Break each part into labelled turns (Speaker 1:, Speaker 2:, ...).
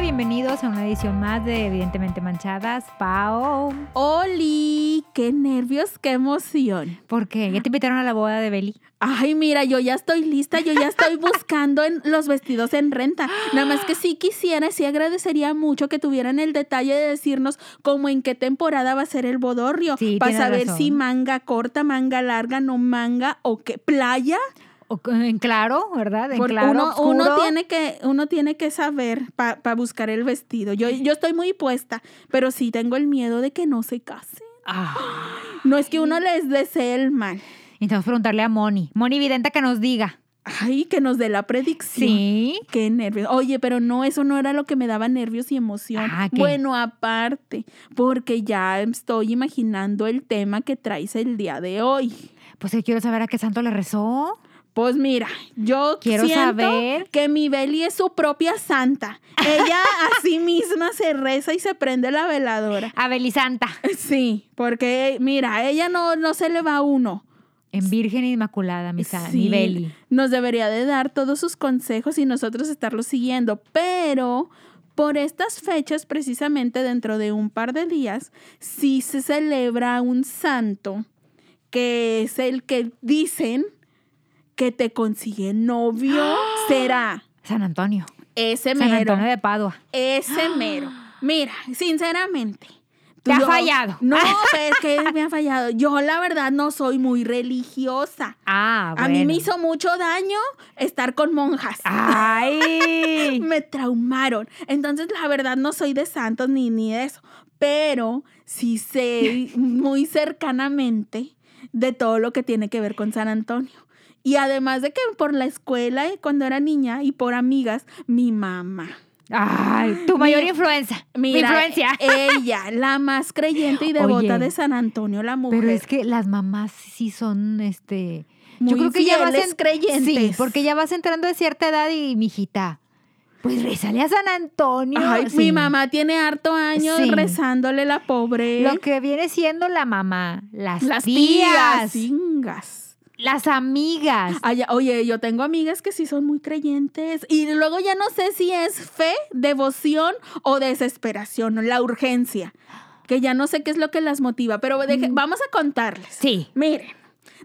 Speaker 1: bienvenidos a una edición más de Evidentemente Manchadas. Pao,
Speaker 2: ¡Oli! ¡Qué nervios, qué emoción!
Speaker 1: ¿por qué? ¿Ya te invitaron a la boda de Beli?
Speaker 2: Ay, mira, yo ya estoy lista, yo ya estoy buscando en los vestidos en renta. Nada más que sí quisiera, sí agradecería mucho que tuvieran el detalle de decirnos como en qué temporada va a ser el bodorrio.
Speaker 1: Sí,
Speaker 2: para
Speaker 1: tienes
Speaker 2: saber
Speaker 1: razón.
Speaker 2: si manga corta, manga larga, no manga o qué. ¿Playa?
Speaker 1: O- En claro, ¿verdad? En
Speaker 2: Porque
Speaker 1: claro.
Speaker 2: uno, uno
Speaker 1: oscuro.
Speaker 2: tiene que, uno tiene que saber para buscar el vestido. Yo, yo estoy muy puesta, pero sí tengo el miedo de que no se case.
Speaker 1: Ah.
Speaker 2: No es que uno les desee el mal.
Speaker 1: Necesitamos preguntarle a Moni. Moni Videnta que nos diga.
Speaker 2: Ay, que nos dé la predicción.
Speaker 1: Sí.
Speaker 2: Qué nervios. Oye, pero no, eso no era lo que me daba nervios y emoción.
Speaker 1: Ah, ¿qué?
Speaker 2: Bueno, aparte, porque ya estoy imaginando el tema que traes el día de hoy.
Speaker 1: Pues yo quiero saber a qué santo le rezó.
Speaker 2: Pues mira, yo
Speaker 1: Quiero
Speaker 2: siento
Speaker 1: saber.
Speaker 2: que mi Beli es su propia santa. Ella a sí misma se reza y se prende la veladora.
Speaker 1: A Beli Santa.
Speaker 2: Sí, porque mira, ella no, no se le va uno.
Speaker 1: En Virgen Inmaculada, mi, San- mi
Speaker 2: Sí,
Speaker 1: Beli.
Speaker 2: Nos debería de dar todos sus consejos y nosotros estarlos siguiendo, pero por estas fechas, precisamente dentro de un par de días, sí se celebra un santo, que es el que dicen que te consigue novio, será
Speaker 1: San Antonio.
Speaker 2: ¡Ah! ese
Speaker 1: San
Speaker 2: mero,
Speaker 1: Antonio de Padua.
Speaker 2: ese mero. Mira, sinceramente.
Speaker 1: Te ha
Speaker 2: yo-
Speaker 1: fallado.
Speaker 2: No, es que me ha fallado. Yo la verdad no soy muy religiosa.
Speaker 1: Ah, bueno.
Speaker 2: A mí me hizo mucho daño estar con monjas.
Speaker 1: ¡Ay!
Speaker 2: Me traumaron. Entonces, la verdad, no soy de santos ni, ni de eso. Pero sí sé muy cercanamente de todo lo que tiene que ver con San Antonio. Y además de que por la escuela, eh, cuando era niña, y por amigas, mi mamá.
Speaker 1: Ay, tu mayor
Speaker 2: Mira,
Speaker 1: influencia. Mi
Speaker 2: Mira,
Speaker 1: influencia.
Speaker 2: Ella, la más creyente y devota
Speaker 1: Oye,
Speaker 2: de San Antonio, la mujer.
Speaker 1: Pero es que las mamás sí son, este...
Speaker 2: Muy fieles
Speaker 1: en-
Speaker 2: creyentes.
Speaker 1: Sí, porque ya vas entrando de cierta edad y, mijita, pues rezale a San Antonio.
Speaker 2: Ay,
Speaker 1: Sí.
Speaker 2: Mi mamá tiene harto años
Speaker 1: Sí.
Speaker 2: rezándole la pobre.
Speaker 1: Lo que viene siendo la mamá, las,
Speaker 2: Las
Speaker 1: tías,
Speaker 2: tías. Ah, Ingas.
Speaker 1: las amigas.
Speaker 2: Ay, oye, yo tengo amigas que sí son muy creyentes. Y luego ya no sé si es fe, devoción o desesperación, la urgencia. Que ya no sé qué es lo que las motiva. Pero deje-
Speaker 1: Mm.
Speaker 2: vamos a contarles.
Speaker 1: Sí.
Speaker 2: Miren,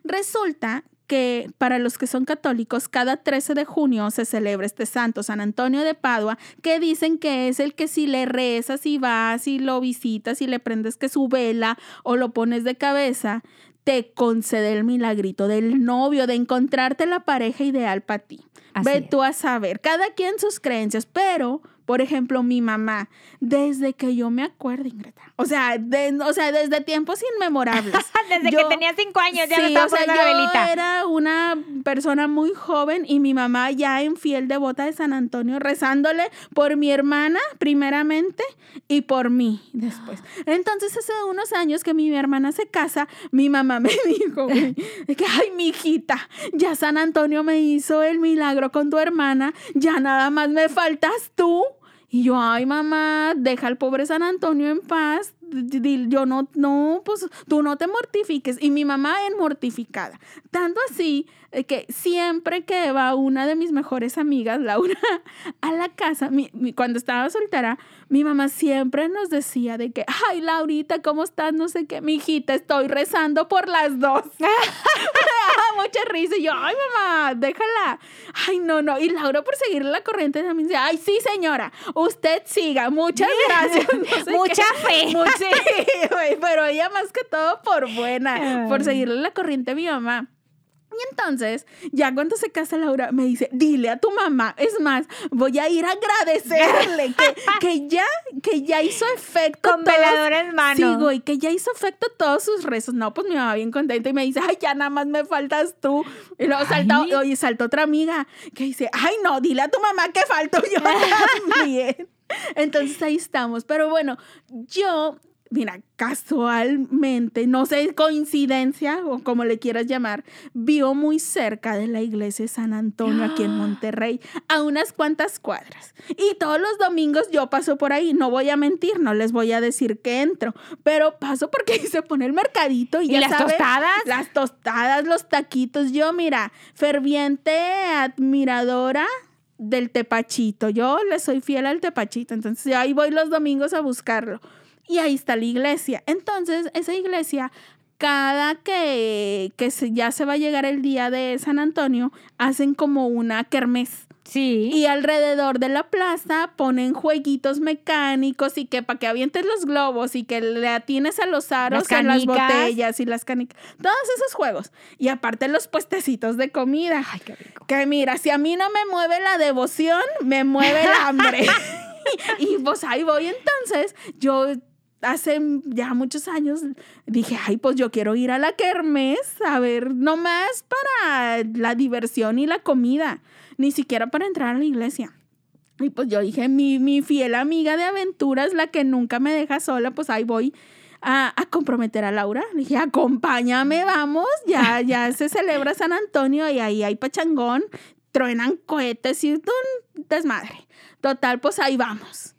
Speaker 2: resulta que para los que son católicos, cada 13 de junio se celebra este santo, San Antonio de Padua, que dicen que es el que si le rezas y vas y lo visitas y le prendes que su vela o lo pones de cabeza, te concede el milagrito del novio, de encontrarte la pareja ideal para ti.
Speaker 1: Así
Speaker 2: Ve
Speaker 1: es.
Speaker 2: tú a saber, cada quien sus creencias, pero, por ejemplo, mi mamá, desde que yo me acuerdo, Ingrata, o sea, de- o sea desde tiempos inmemorables.
Speaker 1: Desde que
Speaker 2: Yo-
Speaker 1: tenía cinco años ya me
Speaker 2: Sí,
Speaker 1: estaba
Speaker 2: o sea,
Speaker 1: poniendo la
Speaker 2: yo
Speaker 1: velita.
Speaker 2: era una persona muy joven y mi mamá ya en fiel devota de San Antonio rezándole por mi hermana primeramente y por mí después. Entonces hace unos años que mi hermana se casa, mi mamá me dijo güey, de que ay mi hijita, ya San Antonio me hizo el milagro con tu hermana, ya nada más me faltas tú. Y yo, ay mamá, deja al pobre San Antonio en paz. D- di- Yo no, no, pues tú no te mortifiques. Y mi mamá en mortificada. Tanto así eh, que siempre que va una de mis mejores amigas, Laura, a la casa, mi- mi- cuando estaba soltera, mi mamá siempre nos decía de que, ay Laurita, ¿cómo estás? No sé qué, mi hijita, estoy rezando por las dos. Me daba mucha risa. Y yo, ay mamá, déjala. Ay, no, no. Y Laura, por seguir la corriente, también decía, ay, sí, señora, usted siga. Muchas gracias. No sé qué.
Speaker 1: Mucha fe.
Speaker 2: Mu- sí, güey, pero ella más que todo por buena, por seguirle la corriente a mi mamá. Y entonces, ya cuando se casa Laura, me dice, dile a tu mamá, es más, voy a ir a agradecerle que, que ya, que ya hizo efecto.
Speaker 1: Con
Speaker 2: todos-
Speaker 1: veladora en mano.
Speaker 2: Sí, güey, que ya hizo efecto todos sus rezos. No, pues mi mamá bien contenta y me dice, ay, ya nada más me faltas tú. Y luego salta,
Speaker 1: Ay.
Speaker 2: oye, saltó otra amiga que dice, ay, no, dile a tu mamá que falto yo también. Entonces ahí estamos. Pero bueno, yo, mira, casualmente, no sé, coincidencia o como le quieras llamar, vivo muy cerca de la iglesia de San Antonio aquí en
Speaker 1: ¡Ah!
Speaker 2: Monterrey, a unas cuantas cuadras. Y todos los domingos yo paso por ahí, no voy a mentir, no les voy a decir que entro, pero paso porque ahí se pone el mercadito y,
Speaker 1: ¿Y
Speaker 2: ya
Speaker 1: las
Speaker 2: sabes,
Speaker 1: tostadas?
Speaker 2: las tostadas, los taquitos. Yo, mira, ferviente admiradora del tepachito. Yo le soy fiel al tepachito, entonces ahí voy los domingos a buscarlo. Y ahí está la iglesia. Entonces, esa iglesia, cada que, que se- ya se va a llegar el día de San Antonio, hacen como una kermés.
Speaker 1: Sí.
Speaker 2: Y alrededor de la plaza ponen jueguitos mecánicos y que para que avientes los globos y que le atines a los aros
Speaker 1: Las
Speaker 2: en las
Speaker 1: canicas.
Speaker 2: botellas y las canicas. Todos esos juegos. Y aparte los puestecitos de comida.
Speaker 1: Ay, qué rico.
Speaker 2: Que mira, si a mí no me mueve la devoción, me mueve el hambre. y pues ahí voy entonces. Yo hace ya muchos años dije, ay, pues yo quiero ir a la kermés, a ver, nomás para la diversión y la comida, ni siquiera para entrar a la iglesia. Y pues yo dije, mi, mi fiel amiga de aventuras, la que nunca me deja sola, pues ahí voy a, a comprometer a Laura. Le dije, acompáñame, vamos, ya, ya se celebra San Antonio y ahí hay pachangón, truenan cohetes y un desmadre. Total, pues ahí vamos.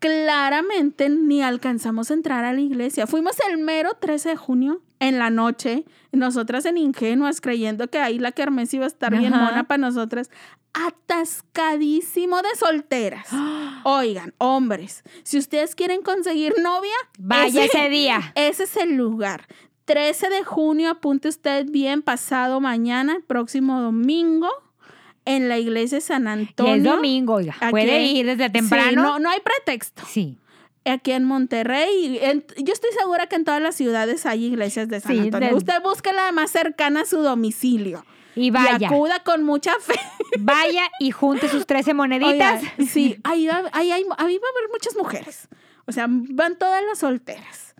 Speaker 2: Claramente ni alcanzamos a entrar a la iglesia. Fuimos el mero 13 de junio en la noche, nosotras en ingenuas, creyendo que ahí la kermés iba a estar bien
Speaker 1: Ajá.
Speaker 2: mona para nosotras. Atascadísimo de solteras.
Speaker 1: ¡Ah!
Speaker 2: Oigan, hombres, si ustedes quieren conseguir novia,
Speaker 1: Vaya
Speaker 2: Ese-
Speaker 1: ese día.
Speaker 2: ese es el lugar. 13 de junio, apunte usted bien, pasado mañana, el próximo domingo, en la iglesia de San
Speaker 1: Y
Speaker 2: Antonio.
Speaker 1: es domingo, oiga.
Speaker 2: ¿A
Speaker 1: Puede
Speaker 2: qué?
Speaker 1: ir desde
Speaker 2: Sí,
Speaker 1: temprano.
Speaker 2: no, no hay pretexto.
Speaker 1: Sí.
Speaker 2: Aquí en Monterrey, en- yo estoy segura que en todas las ciudades hay iglesias de San
Speaker 1: Sí,
Speaker 2: Antonio.
Speaker 1: del-
Speaker 2: Usted busque la más cercana a su domicilio
Speaker 1: Y
Speaker 2: y
Speaker 1: vaya.
Speaker 2: acuda con mucha fe.
Speaker 1: Vaya y junte sus 13 moneditas.
Speaker 2: Oigan, sí, ahí va, ahí hay- ahí va a haber muchas mujeres. O sea, van todas las solteras.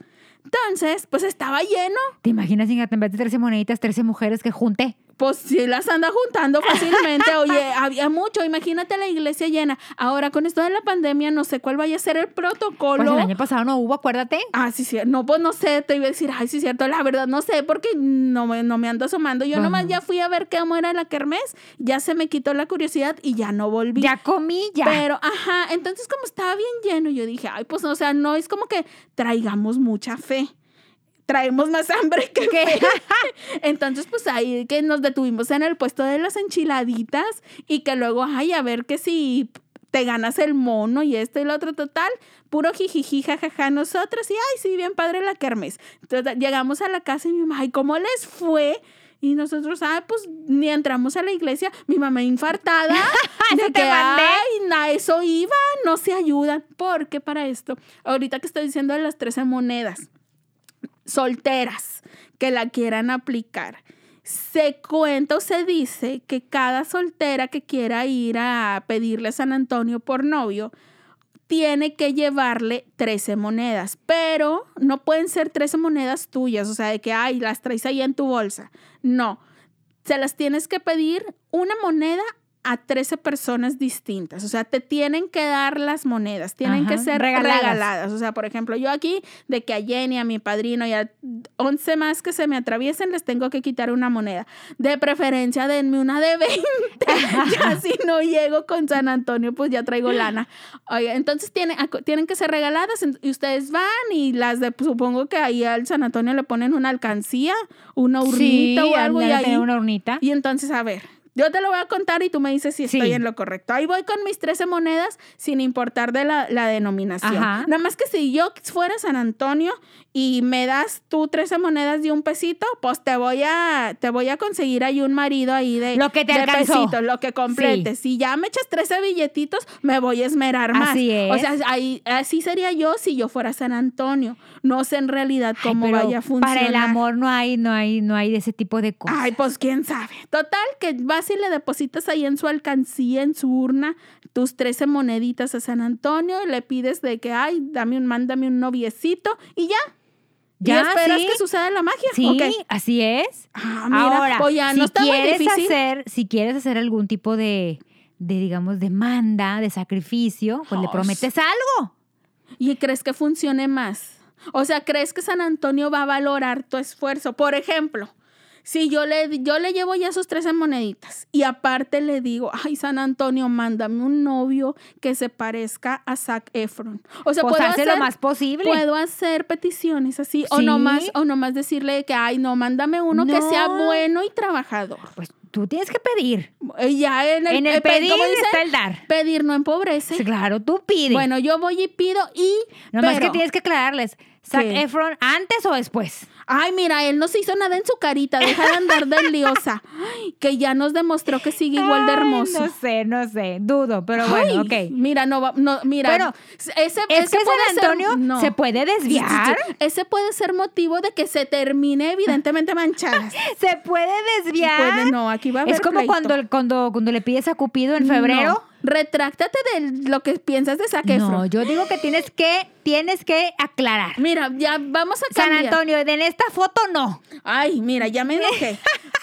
Speaker 2: Entonces, pues estaba lleno.
Speaker 1: ¿Te imaginas, Ingat, en vez de 13 moneditas, 13 mujeres que junté?
Speaker 2: Pues sí, las anda juntando fácilmente. Oye, había mucho. Imagínate la iglesia llena. Ahora, con esto de la pandemia, no sé cuál vaya a ser el protocolo.
Speaker 1: Pues el año pasado no hubo, acuérdate.
Speaker 2: Ah, sí, sí. No, pues no sé. Te iba a decir, ay, sí, cierto. La verdad, no sé, porque no me, no me ando asomando. Yo nomás
Speaker 1: Bueno.
Speaker 2: ya fui a ver qué amo era la kermés. Ya se me quitó la curiosidad y ya no volví.
Speaker 1: Ya comí, ya.
Speaker 2: Pero, ajá, entonces como estaba bien lleno, yo dije, ay, pues, o sea, no es como que traigamos mucha fe. Traemos más hambre que fe. Entonces, pues ahí que nos detuvimos en el puesto de las enchiladitas y que luego, ay, a ver que si te ganas el mono y esto y lo otro, total, puro jijiji, jajaja, nosotros, y ay, sí, bien padre la kermes. Entonces, llegamos a la casa y mi mamá, ay, ¿cómo les fue? Y nosotros, ah, pues ni entramos a la iglesia, mi mamá infartada. de
Speaker 1: Eso te mandé.
Speaker 2: Ay, na- eso iba, no se ayudan. Porque para esto, ahorita que estoy diciendo de las 13 monedas, solteras que la quieran aplicar. Se cuenta o se dice que cada soltera que quiera ir a pedirle a San Antonio por novio tiene que llevarle 13 monedas, pero no pueden ser 13 monedas tuyas, o sea, de que, ay, las traes ahí en tu bolsa. No, se las tienes que pedir una moneda a 13 personas distintas, o sea, te tienen que dar las monedas, tienen que
Speaker 1: Ajá,
Speaker 2: ser
Speaker 1: regaladas.
Speaker 2: regaladas, o sea, por ejemplo, yo aquí de que a Jenny, a mi padrino y a 11 más que se me atraviesen, les tengo que quitar una moneda. De preferencia, denme una de 20. ya si no llego con San Antonio, pues ya traigo lana. Oiga, entonces tiene, acu- tienen que ser regaladas en- y ustedes van y las de, supongo que ahí al San Antonio le ponen una alcancía, una urnita o algo y
Speaker 1: andan a
Speaker 2: ahí.
Speaker 1: tener una hornita.
Speaker 2: Y entonces, a ver, yo te lo voy a contar y tú me dices si
Speaker 1: Sí.
Speaker 2: estoy en lo correcto. Ahí voy con mis 13 monedas sin importar de la, la denominación.
Speaker 1: Ajá.
Speaker 2: Nada más que si yo fuera San Antonio y me das tú 13 monedas de un pesito, pues te voy a, te voy a conseguir ahí un marido ahí de,
Speaker 1: Lo que te
Speaker 2: de
Speaker 1: alcanzó.
Speaker 2: pesitos, lo que completes. Si ya me echas 13 billetitos, me voy a esmerar más.
Speaker 1: Así es.
Speaker 2: O sea, ahí, así sería yo si yo fuera San Antonio. No sé en realidad
Speaker 1: Ay,
Speaker 2: cómo
Speaker 1: pero
Speaker 2: vaya a funcionar.
Speaker 1: Para el amor no hay, no hay, no hay de ese tipo de cosas.
Speaker 2: Ay, pues quién sabe. Total, que vas y le depositas ahí en su alcancía, en su urna, tus 13 moneditas a San Antonio y le pides de que, ay, dame un, mándame un noviecito y ya.
Speaker 1: Ya,
Speaker 2: ¿Ya esperas
Speaker 1: sí.
Speaker 2: que suceda la magia?
Speaker 1: sí,
Speaker 2: ¿o qué?
Speaker 1: así es.
Speaker 2: Ah, mira,
Speaker 1: Ahora,
Speaker 2: pues ya no
Speaker 1: si
Speaker 2: está muy
Speaker 1: quieres
Speaker 2: difícil.
Speaker 1: hacer, si quieres hacer algún tipo de, de digamos, demanda, de sacrificio, pues le
Speaker 2: Ay,
Speaker 1: prometes algo.
Speaker 2: ¿Y crees que funcione más? O sea, ¿crees que San Antonio va a valorar tu esfuerzo? Por ejemplo, si yo le, yo le llevo ya sus 13 moneditas y aparte le digo, ay, San Antonio, mándame un novio que se parezca a Zac Efron. O sea,
Speaker 1: Pues
Speaker 2: puedo
Speaker 1: hace
Speaker 2: hacer,
Speaker 1: lo más posible.
Speaker 2: puedo hacer peticiones así, o
Speaker 1: Sí.
Speaker 2: nomás, o nomás decirle que, ay, no, mándame uno que sea
Speaker 1: No.
Speaker 2: bueno y trabajador.
Speaker 1: Pues tú tienes que pedir.
Speaker 2: Eh, Ya en el,
Speaker 1: en el
Speaker 2: eh, pe-
Speaker 1: pedir
Speaker 2: ¿cómo dice?
Speaker 1: está el dar.
Speaker 2: Pedir no empobrece.
Speaker 1: Sí, Claro, tú pides. Bueno,
Speaker 2: Bueno, yo voy y pido y.
Speaker 1: Nomás que
Speaker 2: pero-
Speaker 1: tienes que aclararles. Zac
Speaker 2: Sí.
Speaker 1: Efron, ¿antes o después?
Speaker 2: Ay, mira, él no se hizo nada en su carita. Deja de andar de liosa. Ay, que ya nos demostró que sigue igual de
Speaker 1: Ay,
Speaker 2: hermoso.
Speaker 1: No sé, no sé. Dudo, pero bueno,
Speaker 2: Ay,
Speaker 1: ok.
Speaker 2: Mira, no, va- no mira.
Speaker 1: Pero,
Speaker 2: ese,
Speaker 1: Es que
Speaker 2: ese puede
Speaker 1: San
Speaker 2: ser-
Speaker 1: Antonio
Speaker 2: no.
Speaker 1: se puede desviar.
Speaker 2: Ese puede ser motivo de que se termine evidentemente manchadas.
Speaker 1: Se puede desviar.
Speaker 2: Puede, no, aquí va a haber
Speaker 1: es como
Speaker 2: pleito.
Speaker 1: cuando, el- cuando, cuando le pides a Cupido en febrero.
Speaker 2: No, retráctate de lo que piensas de Zac
Speaker 1: No,
Speaker 2: Efron.
Speaker 1: yo digo que tienes que, tienes que aclarar.
Speaker 2: Mira, ya vamos a
Speaker 1: San
Speaker 2: cambiar.
Speaker 1: Antonio, en esta foto no.
Speaker 2: Ay, mira, ya me enojé.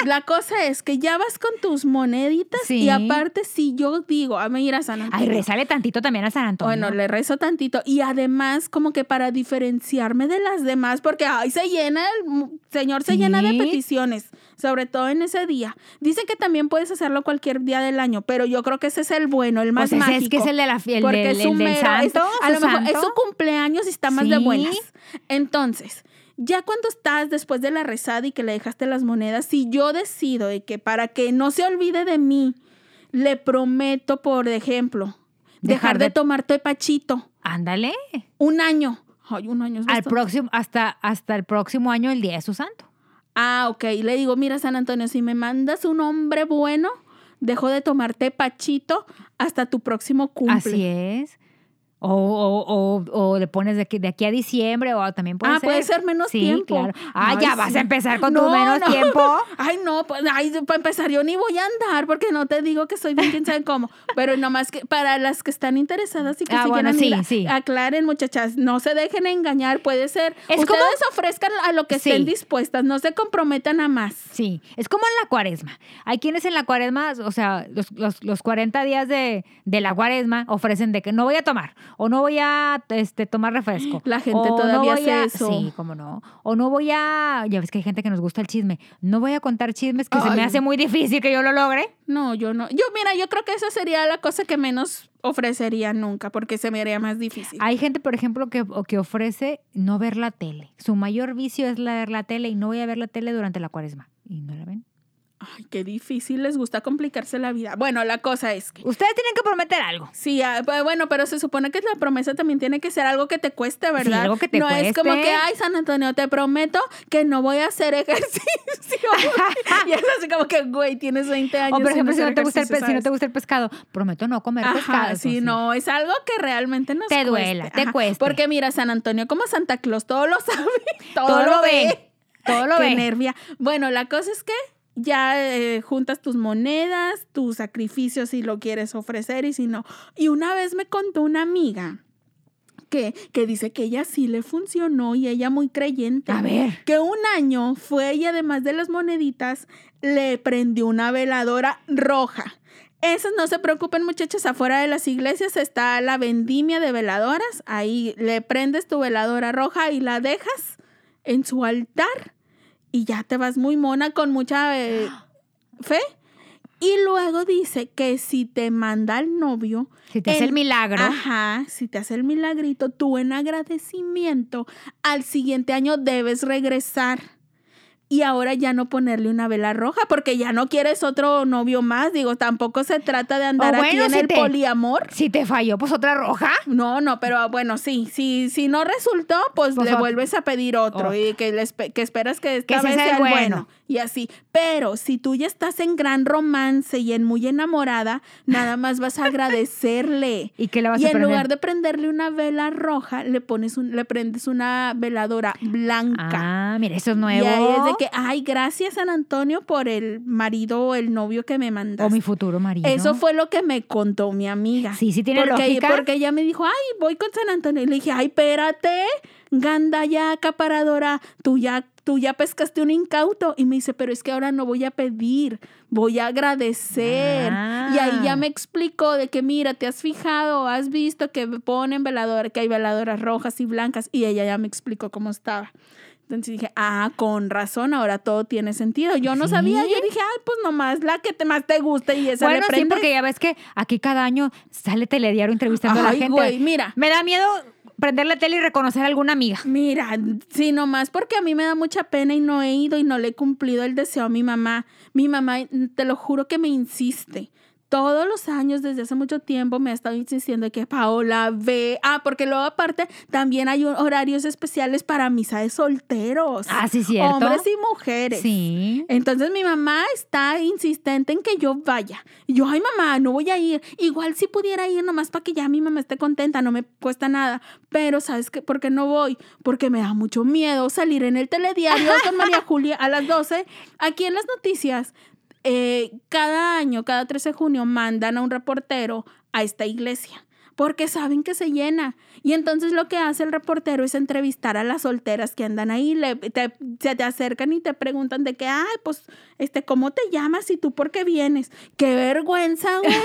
Speaker 2: La cosa es que ya vas con tus moneditas
Speaker 1: Sí.
Speaker 2: y aparte si yo digo, a mira San
Speaker 1: Ay,
Speaker 2: Antonio.
Speaker 1: rezale tantito también a San Antonio.
Speaker 2: Bueno, le rezo tantito y además como que para diferenciarme de las demás porque ay se llena el mu- señor se llena de
Speaker 1: Sí.
Speaker 2: peticiones, sobre todo en ese día. Dice que también puedes hacerlo cualquier día del año, pero yo creo que ese es el bueno, el más
Speaker 1: Pues ese
Speaker 2: mágico.
Speaker 1: es que es el de la fiel
Speaker 2: porque
Speaker 1: del,
Speaker 2: es su
Speaker 1: el del
Speaker 2: mero- es-
Speaker 1: santo.
Speaker 2: a lo
Speaker 1: su
Speaker 2: mejor es
Speaker 1: santo.
Speaker 2: su cumpleaños y está más de
Speaker 1: Sí.
Speaker 2: buenas. Entonces, ya cuando estás después de la rezada y que le dejaste las monedas, si yo decido de que para que no se olvide de mí, le prometo, por ejemplo, dejar,
Speaker 1: Dejar
Speaker 2: de,
Speaker 1: de-
Speaker 2: tomar tepachito
Speaker 1: Ándale.
Speaker 2: un año. Ay, un año es
Speaker 1: Al
Speaker 2: bastante.
Speaker 1: próximo, hasta, hasta el próximo año, el día de su santo.
Speaker 2: Ah, ok. Le digo, mira, San Antonio, si me mandas un hombre bueno, dejo de tomar tepachito hasta tu próximo cumple.
Speaker 1: Así es. O, o- o- o le pones de aquí, de aquí a diciembre, o también puede
Speaker 2: ah,
Speaker 1: ser.
Speaker 2: puede ser menos
Speaker 1: sí,
Speaker 2: tiempo.
Speaker 1: claro. Ah,
Speaker 2: Ay,
Speaker 1: ya vas
Speaker 2: sí.
Speaker 1: a empezar con
Speaker 2: No,
Speaker 1: tu menos
Speaker 2: no.
Speaker 1: tiempo.
Speaker 2: Ay, no, pues, ay, para empezar, yo ni voy a andar porque no te digo que soy bien, quién sabe cómo. Pero nomás que para las que están interesadas y que
Speaker 1: Ah,
Speaker 2: se
Speaker 1: bueno,
Speaker 2: quieran
Speaker 1: sí,
Speaker 2: ir, a-
Speaker 1: sí.
Speaker 2: aclaren, muchachas, no se dejen engañar, puede ser.
Speaker 1: Es
Speaker 2: Ustedes
Speaker 1: como-
Speaker 2: ofrezcan a lo que estén
Speaker 1: Sí.
Speaker 2: dispuestas, no se comprometan a más.
Speaker 1: Sí, es como en la cuaresma. Hay quienes en la cuaresma, o sea, los, los, los 40 días de, de la cuaresma ofrecen de que no voy a tomar, o no voy a este, tomar refresco.
Speaker 2: La gente
Speaker 1: o no
Speaker 2: todavía
Speaker 1: voy
Speaker 2: hace
Speaker 1: a-
Speaker 2: eso.
Speaker 1: Sí, cómo no. O no voy a, ya ves que hay gente que nos gusta el chisme, no voy a contar chismes que se
Speaker 2: Ay.
Speaker 1: me hace muy difícil que yo lo logre.
Speaker 2: No, yo no. Yo, mira, yo creo que esa sería la cosa que menos ofrecería nunca porque se me haría más difícil.
Speaker 1: Hay gente, por ejemplo, que, o que ofrece no ver la tele. Su mayor vicio es la ver la tele y no voy a ver la tele durante la cuaresma. Y no la ven.
Speaker 2: Ay, qué difícil, les gusta complicarse la vida. Bueno, la cosa es que.
Speaker 1: Ustedes tienen que prometer algo.
Speaker 2: Sí, ah, bu- bueno, pero se supone que la promesa también tiene que ser algo que te cueste, ¿verdad?
Speaker 1: algo que te
Speaker 2: no es como
Speaker 1: cueste.
Speaker 2: que, ay, San Antonio, te prometo que no voy a hacer ejercicio. y es así como que, güey, tienes 20 años.
Speaker 1: O por
Speaker 2: sin
Speaker 1: ejemplo, si
Speaker 2: hacer
Speaker 1: no, te gusta el, pe-
Speaker 2: ejercicio,
Speaker 1: si no te
Speaker 2: ¿sabes?
Speaker 1: gusta el pescado, prometo no comer pescado.
Speaker 2: Ajá, sí,
Speaker 1: así.
Speaker 2: no, es algo que realmente nos
Speaker 1: Te
Speaker 2: cueste,
Speaker 1: duela, te
Speaker 2: ajá.
Speaker 1: cueste.
Speaker 2: Porque mira, San Antonio como Santa Claus, todo lo sabe, todo,
Speaker 1: Todo
Speaker 2: lo
Speaker 1: lo
Speaker 2: ve.
Speaker 1: ve. Todo lo
Speaker 2: Qué
Speaker 1: ven.
Speaker 2: nervia. Bueno, la cosa es que ya eh, juntas tus monedas, tus sacrificios si lo quieres ofrecer y si no. Y una vez me contó una amiga que, que dice que ella sí le funcionó y ella muy creyente.
Speaker 1: A ver.
Speaker 2: Que un año fue y además de las moneditas, le prendió una veladora roja. Esas no se preocupen, muchachas. Afuera de las iglesias está la vendimia de veladoras. Ahí le prendes tu veladora roja y la dejas en su altar. Y ya te vas muy mona con mucha eh, fe. Y luego dice que si te manda el novio,
Speaker 1: Si te hace
Speaker 2: en-
Speaker 1: el milagro.
Speaker 2: Ajá, si te hace el milagrito, tú en agradecimiento al siguiente año debes regresar. Y ahora ya no ponerle una vela roja, porque ya no quieres otro novio más. Digo, tampoco se trata de andar aquí
Speaker 1: bueno,
Speaker 2: en
Speaker 1: si
Speaker 2: el
Speaker 1: te-
Speaker 2: poliamor.
Speaker 1: Si te falló, pues otra roja.
Speaker 2: No, no, pero ah, bueno, sí, sí, si no resultó, pues,
Speaker 1: Pues
Speaker 2: le
Speaker 1: ot-
Speaker 2: vuelves a pedir otro
Speaker 1: otro.
Speaker 2: y que, le espe- que esperas que esta
Speaker 1: Que ese
Speaker 2: vez
Speaker 1: sea el
Speaker 2: sea el bueno.
Speaker 1: bueno.
Speaker 2: y así. Pero si tú ya estás en gran romance y en muy enamorada, nada más vas a agradecerle.
Speaker 1: ¿Y qué le vas
Speaker 2: Y
Speaker 1: a
Speaker 2: en
Speaker 1: prender?
Speaker 2: lugar de prenderle una vela roja, le pones un, le prendes una veladora blanca.
Speaker 1: Ah, mira, eso es
Speaker 2: y
Speaker 1: nuevo.
Speaker 2: ahí es de que, ay, gracias San Antonio por el marido o el novio que me
Speaker 1: O mi
Speaker 2: mandaste.
Speaker 1: futuro marido.
Speaker 2: Eso fue lo que me contó mi amiga.
Speaker 1: Sí, sí tiene
Speaker 2: porque,
Speaker 1: lógica.
Speaker 2: Porque ella me dijo, ay, voy con San Antonio. Y le dije, ay, espérate, ganda ya acaparadora, tú ya, tú ya pescaste un incauto. Y me dice, pero es que ahora no voy a pedir, voy a agradecer.
Speaker 1: Ah.
Speaker 2: Y ahí ya me explicó de que, mira, te has fijado, has visto que ponen veladora, que hay veladoras rojas y blancas. Y ella ya me explicó cómo estaba. Entonces dije, ah, con razón, ahora todo tiene sentido. Yo no sabía,
Speaker 1: Sí.
Speaker 2: yo dije, ay, pues nomás la que te más te guste y esa
Speaker 1: Bueno,
Speaker 2: le
Speaker 1: sí,
Speaker 2: prendes.
Speaker 1: porque ya ves que aquí cada año sale Telediario entrevistando a la
Speaker 2: Ay,
Speaker 1: gente.
Speaker 2: güey, mira.
Speaker 1: Me da miedo prender la tele y reconocer a alguna amiga.
Speaker 2: Mira, sí, nomás porque a mí me da mucha pena y no he ido y no le he cumplido el deseo a mi mamá. Mi mamá, te lo juro que me insiste. Todos los años, desde hace mucho tiempo, me ha estado insistiendo de que Paola ve. Ah, porque luego, aparte, también hay horarios especiales para misa de solteros.
Speaker 1: Ah, sí, cierto.
Speaker 2: Hombres y mujeres.
Speaker 1: Sí.
Speaker 2: Entonces mi mamá está insistente en que yo vaya. Y yo, ay mamá, no voy a ir. Igual si pudiera ir nomás para que ya mi mamá esté contenta, no me cuesta nada. Pero ¿sabes qué? ¿Por qué no voy? Porque me da mucho miedo salir en el telediario con María Julia a las 12. Aquí en las noticias, eh, cada año, cada 13 de junio, mandan a un reportero a esta iglesia porque saben que se llena. Y entonces lo que hace el reportero es entrevistar a las solteras que andan ahí, le, te, se te acercan y te preguntan de que, ay, pues, este, ¿cómo te llamas y tú por qué vienes? Qué vergüenza, güey,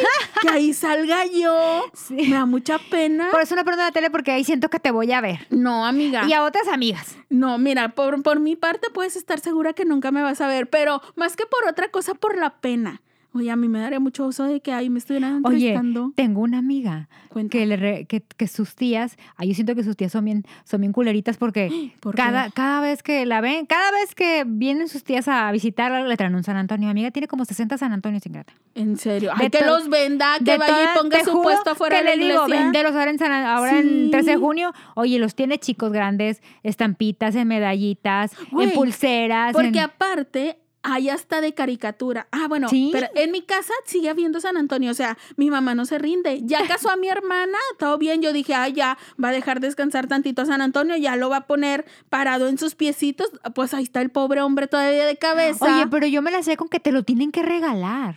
Speaker 2: que ahí salga yo.
Speaker 1: Sí.
Speaker 2: Me da mucha pena.
Speaker 1: Por eso no prendo la tele porque ahí siento que te voy a ver.
Speaker 2: No, amiga.
Speaker 1: Y a otras amigas.
Speaker 2: No, mira, por, por mi parte puedes estar segura que nunca me vas a ver, pero más que por otra cosa, por la pena. Oye, a mí me daría mucho oso de que ahí me estuvieran
Speaker 1: Oye,
Speaker 2: entrevistando.
Speaker 1: tengo una amiga
Speaker 2: Cuenta.
Speaker 1: que, le re- que, que sus tías, ay, yo siento que sus tías son bien, son bien culeritas porque
Speaker 2: ¿Por qué?
Speaker 1: cada, cada vez que la ven, cada vez que vienen sus tías a visitarla, le traen un San Antonio. Mi amiga tiene como 60 San Antonios sin grata.
Speaker 2: En serio. Ay,
Speaker 1: De
Speaker 2: que
Speaker 1: to-
Speaker 2: los venda, que
Speaker 1: De
Speaker 2: vaya
Speaker 1: todas-
Speaker 2: y ponga
Speaker 1: te
Speaker 2: su
Speaker 1: juro
Speaker 2: puesto afuera
Speaker 1: que
Speaker 2: de la
Speaker 1: le digo,
Speaker 2: iglesia.
Speaker 1: véndelos ahora en, San- ahora en 13 de
Speaker 2: Sí.
Speaker 1: junio. Oye, los tiene chicos grandes, estampitas, en medallitas,
Speaker 2: Güey,
Speaker 1: en pulseras.
Speaker 2: Porque
Speaker 1: en-
Speaker 2: aparte, hay hasta de caricatura. Ah, bueno,
Speaker 1: Sí.
Speaker 2: pero en mi casa sigue habiendo San Antonio. O sea, mi mamá no se rinde. Ya casó a mi hermana, todo bien. Yo dije, ah, ya va a dejar descansar tantito a San Antonio, ya lo va a poner parado en sus piecitos. Pues ahí está el pobre hombre todavía de cabeza.
Speaker 1: Oye, pero yo me la sé con que te lo tienen que regalar.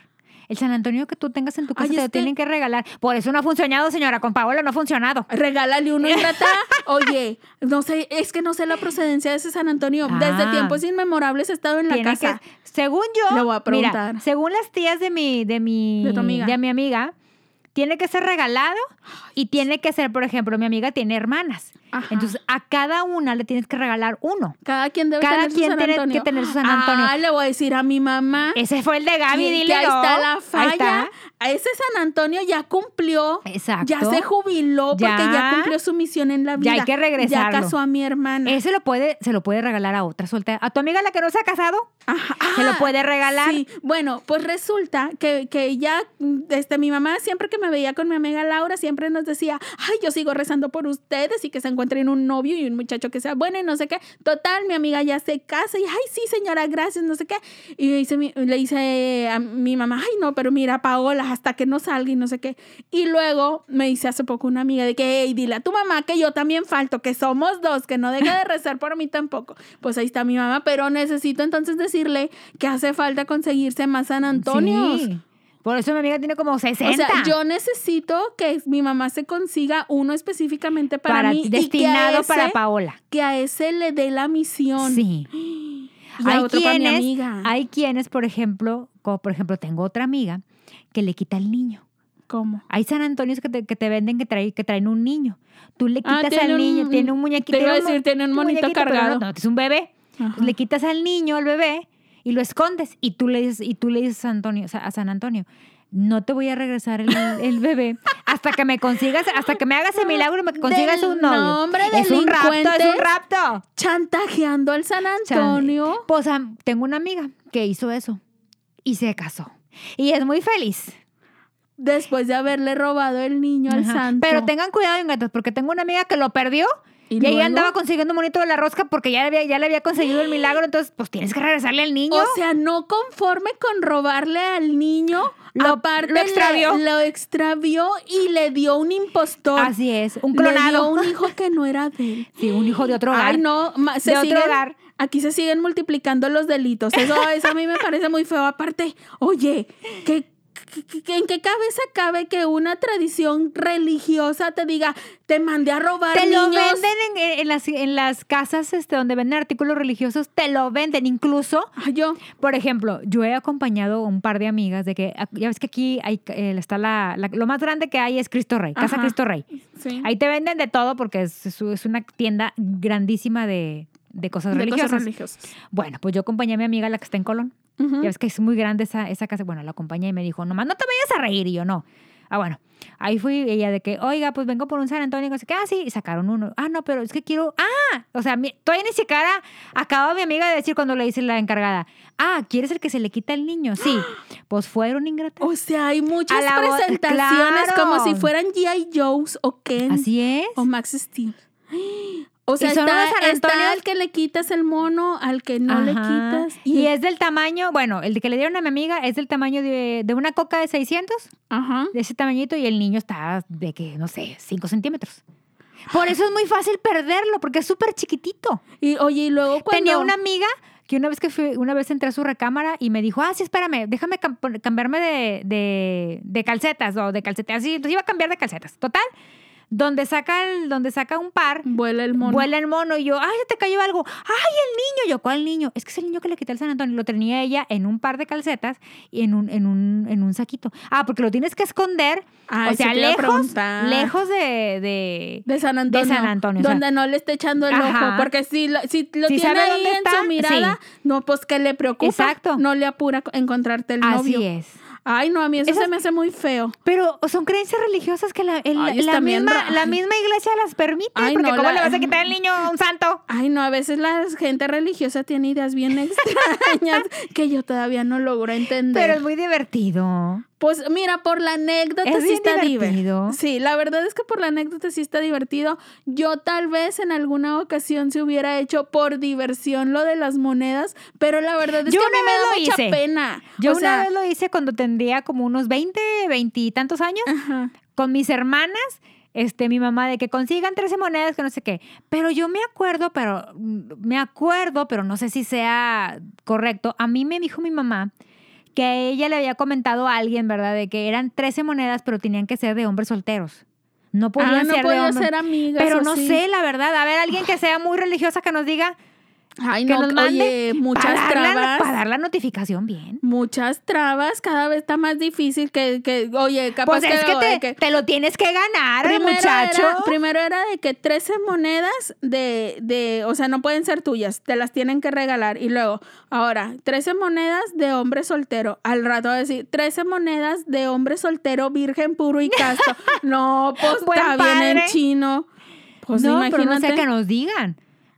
Speaker 1: El San Antonio que tú tengas en tu casa
Speaker 2: Ay,
Speaker 1: te
Speaker 2: es
Speaker 1: lo
Speaker 2: que-
Speaker 1: tienen que regalar. Por eso no ha funcionado, señora. Con Paola no ha funcionado.
Speaker 2: Regálale uno ingrata. Oye, no sé, es que no sé la procedencia de ese San Antonio. Desde
Speaker 1: Ah.
Speaker 2: tiempos inmemorables he estado en la
Speaker 1: Tiene
Speaker 2: casa.
Speaker 1: que- según yo,
Speaker 2: Le voy a preguntar.
Speaker 1: mira, según las tías de mi, de mi,
Speaker 2: De tu amiga.
Speaker 1: de mi amiga, tiene que ser regalado y tiene que ser, por ejemplo, mi amiga tiene hermanas.
Speaker 2: Ajá.
Speaker 1: Entonces a cada una le tienes que regalar uno.
Speaker 2: Cada quien debe
Speaker 1: Cada
Speaker 2: tener su
Speaker 1: quien
Speaker 2: San
Speaker 1: tiene que
Speaker 2: Antonio.
Speaker 1: tener su San Antonio.
Speaker 2: Ah, le voy a decir a mi mamá.
Speaker 1: Ese fue el de Gaby,
Speaker 2: Ah. que- que
Speaker 1: dile.
Speaker 2: ahí
Speaker 1: no.
Speaker 2: está la
Speaker 1: Ahí
Speaker 2: falla.
Speaker 1: está.
Speaker 2: A ese San Antonio ya cumplió.
Speaker 1: Exacto.
Speaker 2: Ya se jubiló porque ya.
Speaker 1: Ya.
Speaker 2: cumplió su misión en la
Speaker 1: Ya
Speaker 2: vida.
Speaker 1: hay que regresarlo.
Speaker 2: Ya casó a mi hermana.
Speaker 1: Ese lo puede, se lo puede regalar a otra soltera. A tu amiga la que no se ha casado,
Speaker 2: Ajá.
Speaker 1: se
Speaker 2: Ah,
Speaker 1: lo puede regalar.
Speaker 2: Sí, bueno, pues resulta que, que ya, mm, este, mi mamá siempre que me veía con mi amiga Laura, siempre nos decía, ay, yo sigo rezando por ustedes y que se encuentren un novio y un muchacho que sea bueno y no sé qué. Total, mi amiga ya se casa y, ay, sí, señora, gracias, no sé qué. Y le dice, mi- le dice a mi mamá, ay, no, pero mira, Paola, hasta que no salga y no sé qué. Y luego me dice hace poco una amiga de que, hey, dile a tu mamá que yo también falto, que somos dos, que no deja de rezar por mí tampoco. Pues ahí está mi mamá, pero necesito entonces decirle que hace falta conseguirse más San Antonio.
Speaker 1: Sí. Por eso mi amiga tiene como 60.
Speaker 2: O sea, yo necesito que mi mamá se consiga uno específicamente para,
Speaker 1: para,
Speaker 2: mí y que a
Speaker 1: destinado para
Speaker 2: ese-
Speaker 1: Paola.
Speaker 2: que a ese le dé la misión.
Speaker 1: Sí.
Speaker 2: Y a otro para mi amiga.
Speaker 1: hay quienes, por ejemplo, como por ejemplo, tengo otra amiga que le quita el niño.
Speaker 2: ¿Cómo?
Speaker 1: Hay San Antonios que te, que te venden que, trae, que traen un niño. Tú le
Speaker 2: Ah,
Speaker 1: quitas
Speaker 2: tiene
Speaker 1: al niño,
Speaker 2: un-
Speaker 1: tiene un muñequito.
Speaker 2: te iba a
Speaker 1: un mo-
Speaker 2: decir, tiene un monito
Speaker 1: muñequito, pero
Speaker 2: cargado.
Speaker 1: No, no, es un bebé.
Speaker 2: Ajá.
Speaker 1: Le quitas al niño, al bebé, y lo escondes. Y tú le dices, y tú le dices a, Antonio, a San Antonio, no te voy a regresar el, el bebé hasta que me consigas, hasta que me hagas el milagro y me consigas
Speaker 2: Del-
Speaker 1: un novio.
Speaker 2: no, hombre,
Speaker 1: es un rapto, es un
Speaker 2: delincuentes.
Speaker 1: rapto.
Speaker 2: Chantajeando al San
Speaker 1: Chan-
Speaker 2: Antonio.
Speaker 1: Pues am- tengo una amiga que hizo eso y se casó. Y es muy feliz.
Speaker 2: después de haberle robado el niño al
Speaker 1: Ajá.
Speaker 2: santo.
Speaker 1: Pero tengan cuidado, gatos, porque tengo una amiga que lo perdió
Speaker 2: ¿Y
Speaker 1: y, ahí
Speaker 2: luego?
Speaker 1: andaba consiguiendo un monito de la rosca porque ya le, había, ya le había conseguido el milagro. Entonces, pues tienes que regresarle al niño.
Speaker 2: O sea, no conforme con robarle al niño,
Speaker 1: Lo-
Speaker 2: aparte
Speaker 1: lo extravió.
Speaker 2: Le, lo extravió y le dio un impostor.
Speaker 1: Así es, un
Speaker 2: Le dio
Speaker 1: clonado.
Speaker 2: un hijo que no era de él.
Speaker 1: Sí, un hijo de otro hogar.
Speaker 2: Ay, no, ma- se
Speaker 1: De otro
Speaker 2: siguen-
Speaker 1: hogar.
Speaker 2: Aquí se siguen multiplicando los delitos. Eso, eso a mí me parece muy feo. Aparte, oye, ¿qué, qué- qué- en qué cabeza cabe que una tradición religiosa te diga, te mandé a robar
Speaker 1: Te lo
Speaker 2: niños"?
Speaker 1: venden en, eh, en- en las, en las casas este, donde venden artículos religiosos, te lo venden. Incluso,
Speaker 2: Ay, yo.
Speaker 1: por ejemplo, yo he acompañado a un par de amigas de que, ah, ya ves que aquí hay, eh, está la, la- lo más grande que hay es Cristo Rey, Casa
Speaker 2: Ajá.
Speaker 1: Cristo Rey.
Speaker 2: Sí.
Speaker 1: Ahí te venden de todo porque es, es- es una tienda grandísima de, de cosas
Speaker 2: de
Speaker 1: religiosas.
Speaker 2: cosas religiosas.
Speaker 1: Bueno, pues yo acompañé a mi amiga, la que está en Colón. Ya ves que es muy grande esa, esa casa. Bueno, la acompañé y me dijo, nomás no te vayas a reír. Y yo, no. Ah, bueno. Ahí fui ella de que, oiga, pues vengo por un San Antonio. Y no sé qué, ah, sí, y sacaron uno. Ah, no, pero es que quiero, ah, o sea, mi- todavía ni siquiera acaba mi amiga de decir cuando le dice la encargada, ah, ¿quieres el que se le quita al niño? Sí, pues fueron ingratas.
Speaker 2: O sea, hay
Speaker 1: A
Speaker 2: muchas
Speaker 1: la bo-
Speaker 2: presentaciones
Speaker 1: claro.
Speaker 2: como si fueran G.I. Joe's o Ken
Speaker 1: Así es.
Speaker 2: o Max Steel. O sea,
Speaker 1: Y son
Speaker 2: está,
Speaker 1: unos San
Speaker 2: está
Speaker 1: Antonios-
Speaker 2: al que le quitas el mono, al que no le
Speaker 1: Ajá.
Speaker 2: quitas.
Speaker 1: Y es del tamaño, bueno, el de que le dieron a mi amiga es del tamaño de, de una coca de 600,
Speaker 2: Ajá.
Speaker 1: de ese tamañito, y el niño está de que, no sé, 5 centímetros. Por eso es muy fácil perderlo, porque es súper chiquitito.
Speaker 2: Y oye, y luego cuando...
Speaker 1: Tenía una amiga que una vez que fui, una vez entré a su recámara y me dijo, ah, sí, espérame, déjame cam- pon- cambiarme de, de, de calcetas, o de calcetas, así, entonces iba a cambiar de calcetas. Total, donde saca, el, donde saca un par,
Speaker 2: Vuela el mono.
Speaker 1: Vuela el mono y yo, ay, ya te cayó algo. Ay, el niño. Yo, ¿cuál niño? Es que es el niño que le quité al San Antonio. Lo tenía ella en un par de calcetas y en un, en un, en un saquito. Ah, porque lo tienes que esconder.
Speaker 2: Ay,
Speaker 1: o
Speaker 2: sí
Speaker 1: sea,
Speaker 2: te iba a
Speaker 1: lejos,
Speaker 2: preguntar.
Speaker 1: lejos de... de-
Speaker 2: De San Antonio.
Speaker 1: San Antonio, o sea.
Speaker 2: Donde no le esté echando el ojo.
Speaker 1: Ajá.
Speaker 2: Porque si lo, si lo
Speaker 1: Si
Speaker 2: tiene
Speaker 1: sabe
Speaker 2: ahí
Speaker 1: dónde
Speaker 2: en
Speaker 1: está,
Speaker 2: su mirada, no, pues que le preocupa.
Speaker 1: Exacto.
Speaker 2: No le apura encontrarte el
Speaker 1: Así
Speaker 2: novio.
Speaker 1: es.
Speaker 2: Ay, no, a mí eso
Speaker 1: Esas-
Speaker 2: se me hace muy feo.
Speaker 1: Pero son creencias religiosas que la, el-
Speaker 2: Ay,
Speaker 1: la,
Speaker 2: están bien
Speaker 1: misma,
Speaker 2: ra-
Speaker 1: la misma iglesia las permite.
Speaker 2: Ay,
Speaker 1: porque
Speaker 2: no,
Speaker 1: ¿cómo
Speaker 2: la-
Speaker 1: le vas a quitar al niño a un santo?
Speaker 2: Ay, no, a veces la gente religiosa tiene ideas bien extrañas que yo todavía no logro entender.
Speaker 1: Pero es muy divertido.
Speaker 2: Pues mira, por la anécdota
Speaker 1: Es
Speaker 2: sí
Speaker 1: bien
Speaker 2: está divertido.
Speaker 1: divertido.
Speaker 2: Sí, la verdad es que por la anécdota sí está divertido. Yo tal vez en alguna ocasión se hubiera hecho por diversión lo de las monedas, pero la verdad es
Speaker 1: Yo
Speaker 2: que a mí
Speaker 1: una vez lo
Speaker 2: me da mucha
Speaker 1: hice.
Speaker 2: pena.
Speaker 1: Yo
Speaker 2: O
Speaker 1: una
Speaker 2: sea,
Speaker 1: vez lo hice cuando tendría como unos 20, 20 y tantos años.
Speaker 2: ajá.
Speaker 1: con mis hermanas, este, mi mamá, de que consigan 13 monedas, que no sé qué. Pero yo me acuerdo, pero mm, me acuerdo, pero no sé si sea correcto. A mí me dijo mi mamá que a ella le había comentado a alguien, ¿verdad? De que eran 13 monedas, pero tenían que ser de hombres solteros. No podían
Speaker 2: Ah, no
Speaker 1: ser de
Speaker 2: podía
Speaker 1: hombres.
Speaker 2: ser amigas.
Speaker 1: pero
Speaker 2: o
Speaker 1: no
Speaker 2: sí.
Speaker 1: sé, la verdad. A ver, alguien que sea muy religiosa que nos diga
Speaker 2: Ay,
Speaker 1: que
Speaker 2: no,
Speaker 1: nos mande
Speaker 2: oye, muchas
Speaker 1: para, dar la-
Speaker 2: trabas.
Speaker 1: para dar la notificación bien.
Speaker 2: Muchas trabas, cada vez está más difícil que, que oye, capaz
Speaker 1: Pues es que
Speaker 2: oye,
Speaker 1: te, te lo tienes que ganar, muchacho.
Speaker 2: Era, primero era de que 13 monedas de, de, o sea, no pueden ser tuyas, te las tienen que regalar. Y luego, ahora, 13 monedas de hombre soltero. Al rato va a decir, 13 monedas de hombre soltero, virgen puro y casto. no, pues
Speaker 1: Buen
Speaker 2: está bien en
Speaker 1: padre.
Speaker 2: chino. Pues
Speaker 1: no,
Speaker 2: imagínate.
Speaker 1: pero no sé que nos digan.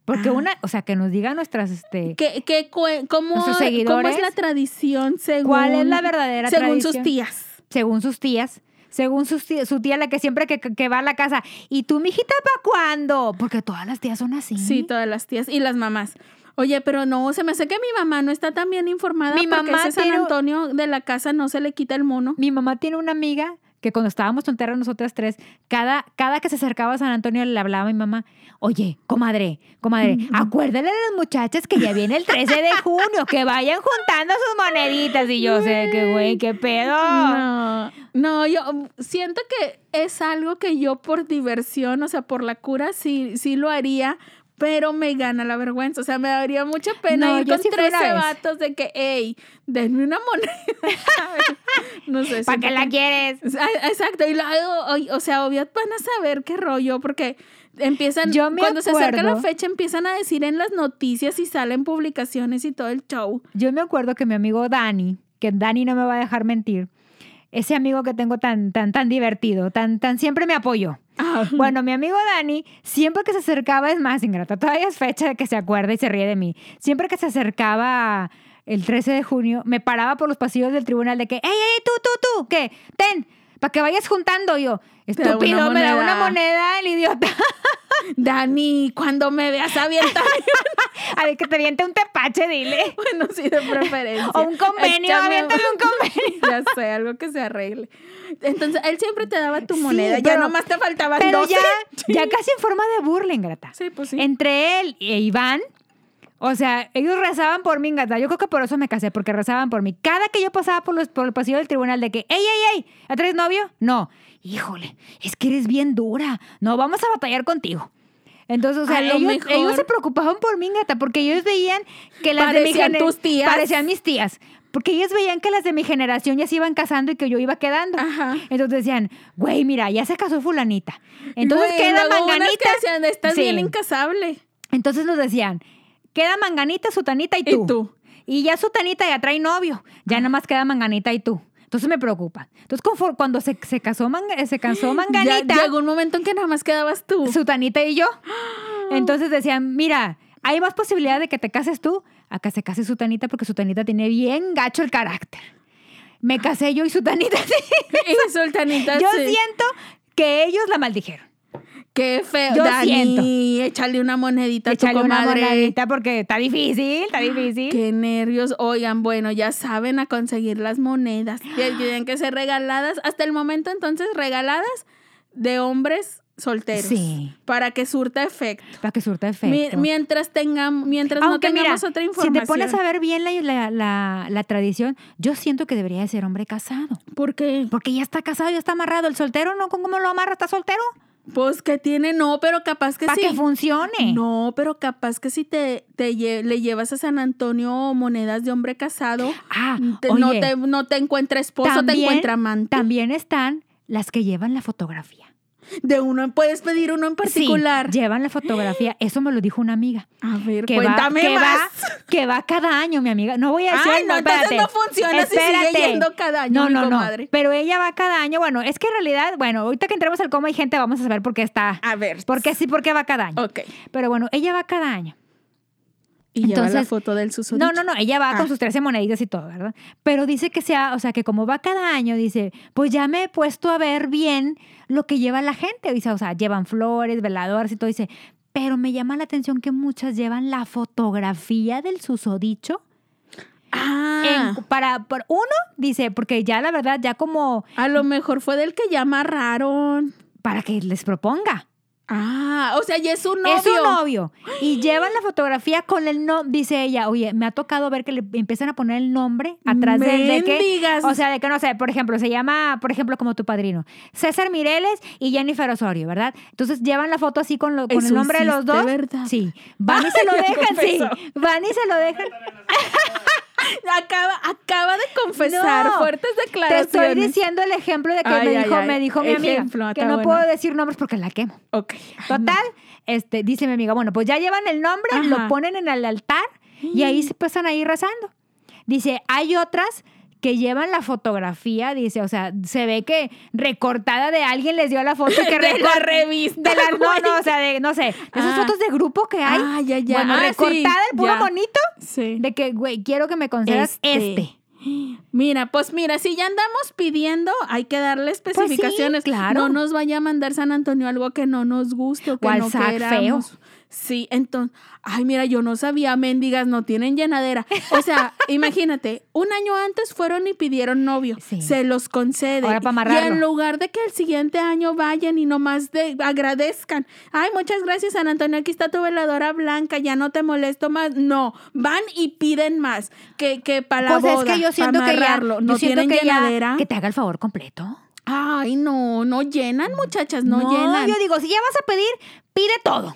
Speaker 1: Porque
Speaker 2: Ah.
Speaker 1: una, o sea, que nos digan nuestras, este,
Speaker 2: ¿Qué- qué cue- cómo,
Speaker 1: Nuestros
Speaker 2: ¿Cómo es
Speaker 1: seguidores.
Speaker 2: la tradición según,
Speaker 1: ¿cuál es la verdadera
Speaker 2: según sus
Speaker 1: tradición?
Speaker 2: tías?
Speaker 1: Según sus tías. Según sus tí- su tía, la que siempre que, que va a la casa. ¿Y tú, mijita, para cuándo? Porque todas las tías son así.
Speaker 2: Sí, todas las tías y las mamás. Oye, pero no, se me hace que mi mamá no está tan bien informada
Speaker 1: Mi
Speaker 2: porque
Speaker 1: mamá
Speaker 2: ese San
Speaker 1: tiene-
Speaker 2: Antonio de la casa no se le quita el mono.
Speaker 1: Mi mamá tiene una amiga que cuando estábamos tonteras nosotras tres, cada, cada que se acercaba a San Antonio le hablaba a mi mamá, oye, comadre, comadre,
Speaker 2: Mm.
Speaker 1: acuérdale a las muchachas que ya viene el 13 de junio, que vayan juntando sus moneditas. Y yo sé que, güey, qué pedo.
Speaker 2: No, no, yo um, siento que es algo que yo por diversión, o sea, por la cura sí, sí lo haría, pero me gana la vergüenza, o sea, me daría mucha pena
Speaker 1: No,
Speaker 2: ir
Speaker 1: yo
Speaker 2: con
Speaker 1: sí fui
Speaker 2: 13
Speaker 1: una vez.
Speaker 2: vatos de que, hey, denme una moneda. no sé.
Speaker 1: ¿Para
Speaker 2: siento
Speaker 1: qué la quieres?
Speaker 2: Ah, Exacto, y luego, o, o sea, obvio van a saber qué rollo, porque empiezan,
Speaker 1: Yo me
Speaker 2: cuando se acerca la
Speaker 1: acuerdo.
Speaker 2: fecha, empiezan a decir en las noticias y salen publicaciones y todo el show.
Speaker 1: Yo me acuerdo que mi amigo Dani, que Dani no me va a dejar mentir, ese amigo que tengo tan, tan, tan divertido, tan, tan siempre me apoyó. Bueno, mi amigo Dani, siempre que se acercaba, es más ingrata, todavía es fecha de que se acuerda y se ríe de mí. Siempre que se acercaba el 13 de junio, me paraba por los pasillos del tribunal de que, ¡Ey, ey, tú, tú, tú! ¿Qué? ¡Ten! Para que vayas juntando Y yo.
Speaker 2: da una
Speaker 1: Estúpido, me da una
Speaker 2: moneda.
Speaker 1: moneda el idiota.
Speaker 2: Dani, cuando me veas abierta,
Speaker 1: A ver, que te viente un tepache, dile.
Speaker 2: bueno, sí, de preferencia.
Speaker 1: O un convenio,
Speaker 2: Échame-
Speaker 1: aviéntale un convenio.
Speaker 2: Ya sé, algo que se arregle. Entonces, él siempre te daba tu
Speaker 1: Sí,
Speaker 2: moneda, ya
Speaker 1: pero-
Speaker 2: nomás te faltaban
Speaker 1: Pero
Speaker 2: doce.
Speaker 1: ya, ya casi en forma de burla, ingrata.
Speaker 2: Sí, pues sí.
Speaker 1: Entre él e Iván, o sea, ellos rezaban por mí, ingrata. Yo creo que por eso me casé, porque rezaban por mí. Cada que yo pasaba por, los, por el pasillo del tribunal de que, ¡ey, ey, ey! ¿A tres novio? No. Híjole, es que eres bien dura. No, vamos a batallar contigo. Entonces, o
Speaker 2: A
Speaker 1: sea,
Speaker 2: lo
Speaker 1: ellos,
Speaker 2: mejor.
Speaker 1: ellos se preocupaban por mí, gata, porque ellos veían que las de mi
Speaker 2: Parecían
Speaker 1: gener-
Speaker 2: tus tías.
Speaker 1: Parecían mis tías. Porque ellos veían que las de mi generación ya se iban casando y que yo iba quedando.
Speaker 2: Ajá.
Speaker 1: Entonces decían, güey, mira, ya se casó fulanita. Entonces
Speaker 2: Güey,
Speaker 1: queda
Speaker 2: luego unas que
Speaker 1: manganita.
Speaker 2: decían, Estás
Speaker 1: Sí.
Speaker 2: bien incasable.
Speaker 1: Entonces nos decían, queda manganita, sutanita y
Speaker 2: Y
Speaker 1: tú.
Speaker 2: tú.
Speaker 1: Y ya sutanita ya trae novio. Ya nada más queda manganita y tú. Entonces me preocupa. Entonces, confor- cuando se, se casó, Manga- se casó
Speaker 2: Ya
Speaker 1: Manganita,
Speaker 2: llegó un momento en que nada más quedabas tú.
Speaker 1: Sutanita y yo. Entonces decían, mira, hay más posibilidad de que te cases tú a que se case Sutanita porque Sutanita tiene bien gacho el carácter. Me casé yo y Sutanita.
Speaker 2: y Sultanita,
Speaker 1: yo
Speaker 2: sí.
Speaker 1: siento que ellos la maldijeron.
Speaker 2: Qué feo.
Speaker 1: Yo
Speaker 2: Dani,
Speaker 1: siento.
Speaker 2: échale una monedita a tu
Speaker 1: Echarle una
Speaker 2: comadre.
Speaker 1: monadita porque está difícil, está difícil.
Speaker 2: Qué nervios. Oigan, bueno, ya saben a conseguir las monedas. Tie- Tienen que ser regaladas. Hasta el momento, entonces, regaladas de hombres solteros.
Speaker 1: Sí.
Speaker 2: Para que surta efecto.
Speaker 1: Para que surta
Speaker 2: Mi-
Speaker 1: efecto.
Speaker 2: mientras tengamos, mientras
Speaker 1: Aunque
Speaker 2: no tengamos
Speaker 1: mira,
Speaker 2: otra
Speaker 1: si
Speaker 2: información.
Speaker 1: te pones a ver bien la, la- la- la tradición, yo siento que debería de ser hombre casado.
Speaker 2: ¿Por qué?
Speaker 1: Porque ya está casado, ya está amarrado. El soltero, ¿no? ¿Cómo lo amarra? ¿Está soltero?
Speaker 2: Pues que tiene, no, pero capaz que
Speaker 1: Para
Speaker 2: Pues sí.
Speaker 1: que funcione.
Speaker 2: no, pero capaz que si te, te lle- le llevas a San Antonio monedas de hombre casado, mm,
Speaker 1: Ah,
Speaker 2: te-
Speaker 1: oye,
Speaker 2: no, te, no te encuentra esposo, te
Speaker 1: También-
Speaker 2: encuentra amante.
Speaker 1: también están las que llevan la fotografía.
Speaker 2: De uno, puedes pedir uno en particular.
Speaker 1: Sí, llevan la fotografía. Eso me lo dijo una amiga.
Speaker 2: A ver,
Speaker 1: Que
Speaker 2: cuéntame
Speaker 1: va, que
Speaker 2: más.
Speaker 1: Va, que va cada año, mi amiga. No voy a decir.
Speaker 2: Ay, no, entonces
Speaker 1: espérate.
Speaker 2: no funciona si sigue
Speaker 1: Espérate.
Speaker 2: yendo cada año,
Speaker 1: No,
Speaker 2: mi
Speaker 1: no, no.
Speaker 2: comadre.
Speaker 1: Pero ella va cada año. Bueno, es que en realidad, bueno, ahorita que entremos al coma y gente, vamos a saber por qué está.
Speaker 2: A ver.
Speaker 1: ¿Por qué sí? ¿Por qué va cada año?
Speaker 2: Ok.
Speaker 1: Pero bueno, ella va cada año.
Speaker 2: Y lleva la
Speaker 1: Entonces-
Speaker 2: foto del susodicho.
Speaker 1: No, no, no, ella va
Speaker 2: Ah.
Speaker 1: con sus 13 moneditas y todo, ¿verdad? Pero dice que sea, o sea, que como va cada año, dice, pues ya me he puesto a ver bien lo que lleva la gente. Dice, o sea, llevan flores, veladoras y todo. Dice, pero me llama la atención que muchas llevan la fotografía del susodicho.
Speaker 2: Ah,
Speaker 1: en- para, por- uno, dice, porque ya la verdad, ya como
Speaker 2: a lo mejor fue del que ya amarraron.
Speaker 1: para que les proponga.
Speaker 2: Ah, o sea, ya es un novio.
Speaker 1: Es un novio. Y llevan la fotografía con el no, dice ella, oye, me ha tocado ver que le empiezan a poner el nombre atrás de, de que.
Speaker 2: Mendigas.
Speaker 1: O sea, de que no sé, por ejemplo, se llama, por ejemplo, como tu padrino, César Mireles y Jennifer Osorio, ¿verdad? Entonces llevan la foto así con, lo- con
Speaker 2: Eso
Speaker 1: el nombre de los
Speaker 2: hiciste,
Speaker 1: dos.
Speaker 2: ¿verdad?
Speaker 1: Sí. Van y se lo
Speaker 2: Ya
Speaker 1: dejan, sí.
Speaker 2: confesó.
Speaker 1: Van y se lo dejan.
Speaker 2: acaba, acaba de confesar
Speaker 1: No,
Speaker 2: fuertes
Speaker 1: Te
Speaker 2: declaraciones.
Speaker 1: estoy diciendo el ejemplo de que
Speaker 2: Ay,
Speaker 1: me,
Speaker 2: ay,
Speaker 1: dijo,
Speaker 2: ay.
Speaker 1: me dijo mi amiga.
Speaker 2: Ejemplo,
Speaker 1: Que
Speaker 2: está
Speaker 1: no
Speaker 2: bueno.
Speaker 1: puedo decir nombres porque la quemo.
Speaker 2: Ok.
Speaker 1: Total, este, dice mi amiga, bueno, pues ya llevan el nombre,
Speaker 2: Ajá. Mm.
Speaker 1: lo ponen en el altar y ahí se pasan ahí rezando. Dice, hay otras que llevan la fotografía, dice, o sea, se ve que recortada de alguien les dio la foto y que
Speaker 2: De la
Speaker 1: recor-
Speaker 2: revista,
Speaker 1: de la- no,
Speaker 2: güey.
Speaker 1: no, o sea, de, no sé, de esas
Speaker 2: Ah.
Speaker 1: fotos de grupo que hay.
Speaker 2: Ah, ya, ya.
Speaker 1: Bueno,
Speaker 2: Ah, sí,
Speaker 1: recortada el puro
Speaker 2: ya.
Speaker 1: bonito
Speaker 2: Sí.
Speaker 1: de que, güey, quiero que me concedas
Speaker 2: Este.
Speaker 1: este.
Speaker 2: Mira, pues mira, si ya andamos pidiendo, hay que darle
Speaker 1: Pues sí,
Speaker 2: especificaciones.
Speaker 1: claro.
Speaker 2: No nos vaya a mandar San Antonio algo que no nos guste o que
Speaker 1: O al
Speaker 2: no
Speaker 1: sac
Speaker 2: queramos. Sí, entonces, ay, mira, yo no sabía, mendigas no tienen llenadera. O sea, imagínate, un año antes fueron y pidieron novio.
Speaker 1: Sí.
Speaker 2: Se los concede.
Speaker 1: Ahora pa'
Speaker 2: y
Speaker 1: amarrarlo.
Speaker 2: en lugar de que el siguiente año vayan y nomás de, agradezcan. Ay, muchas gracias, San Antonio. Aquí está tu veladora blanca, ya no te molesto más. No, van y piden más. Que, que para la
Speaker 1: Pues es
Speaker 2: boda,
Speaker 1: que yo
Speaker 2: pa'
Speaker 1: siento que ya,
Speaker 2: amarrarlo.
Speaker 1: yo
Speaker 2: no
Speaker 1: siento
Speaker 2: tienen
Speaker 1: que ya-
Speaker 2: llenadera.
Speaker 1: que te haga el favor completo.
Speaker 2: Ay, no, no llenan, muchachas, no, llenan.
Speaker 1: yo digo, si ya vas a pedir, pide todo.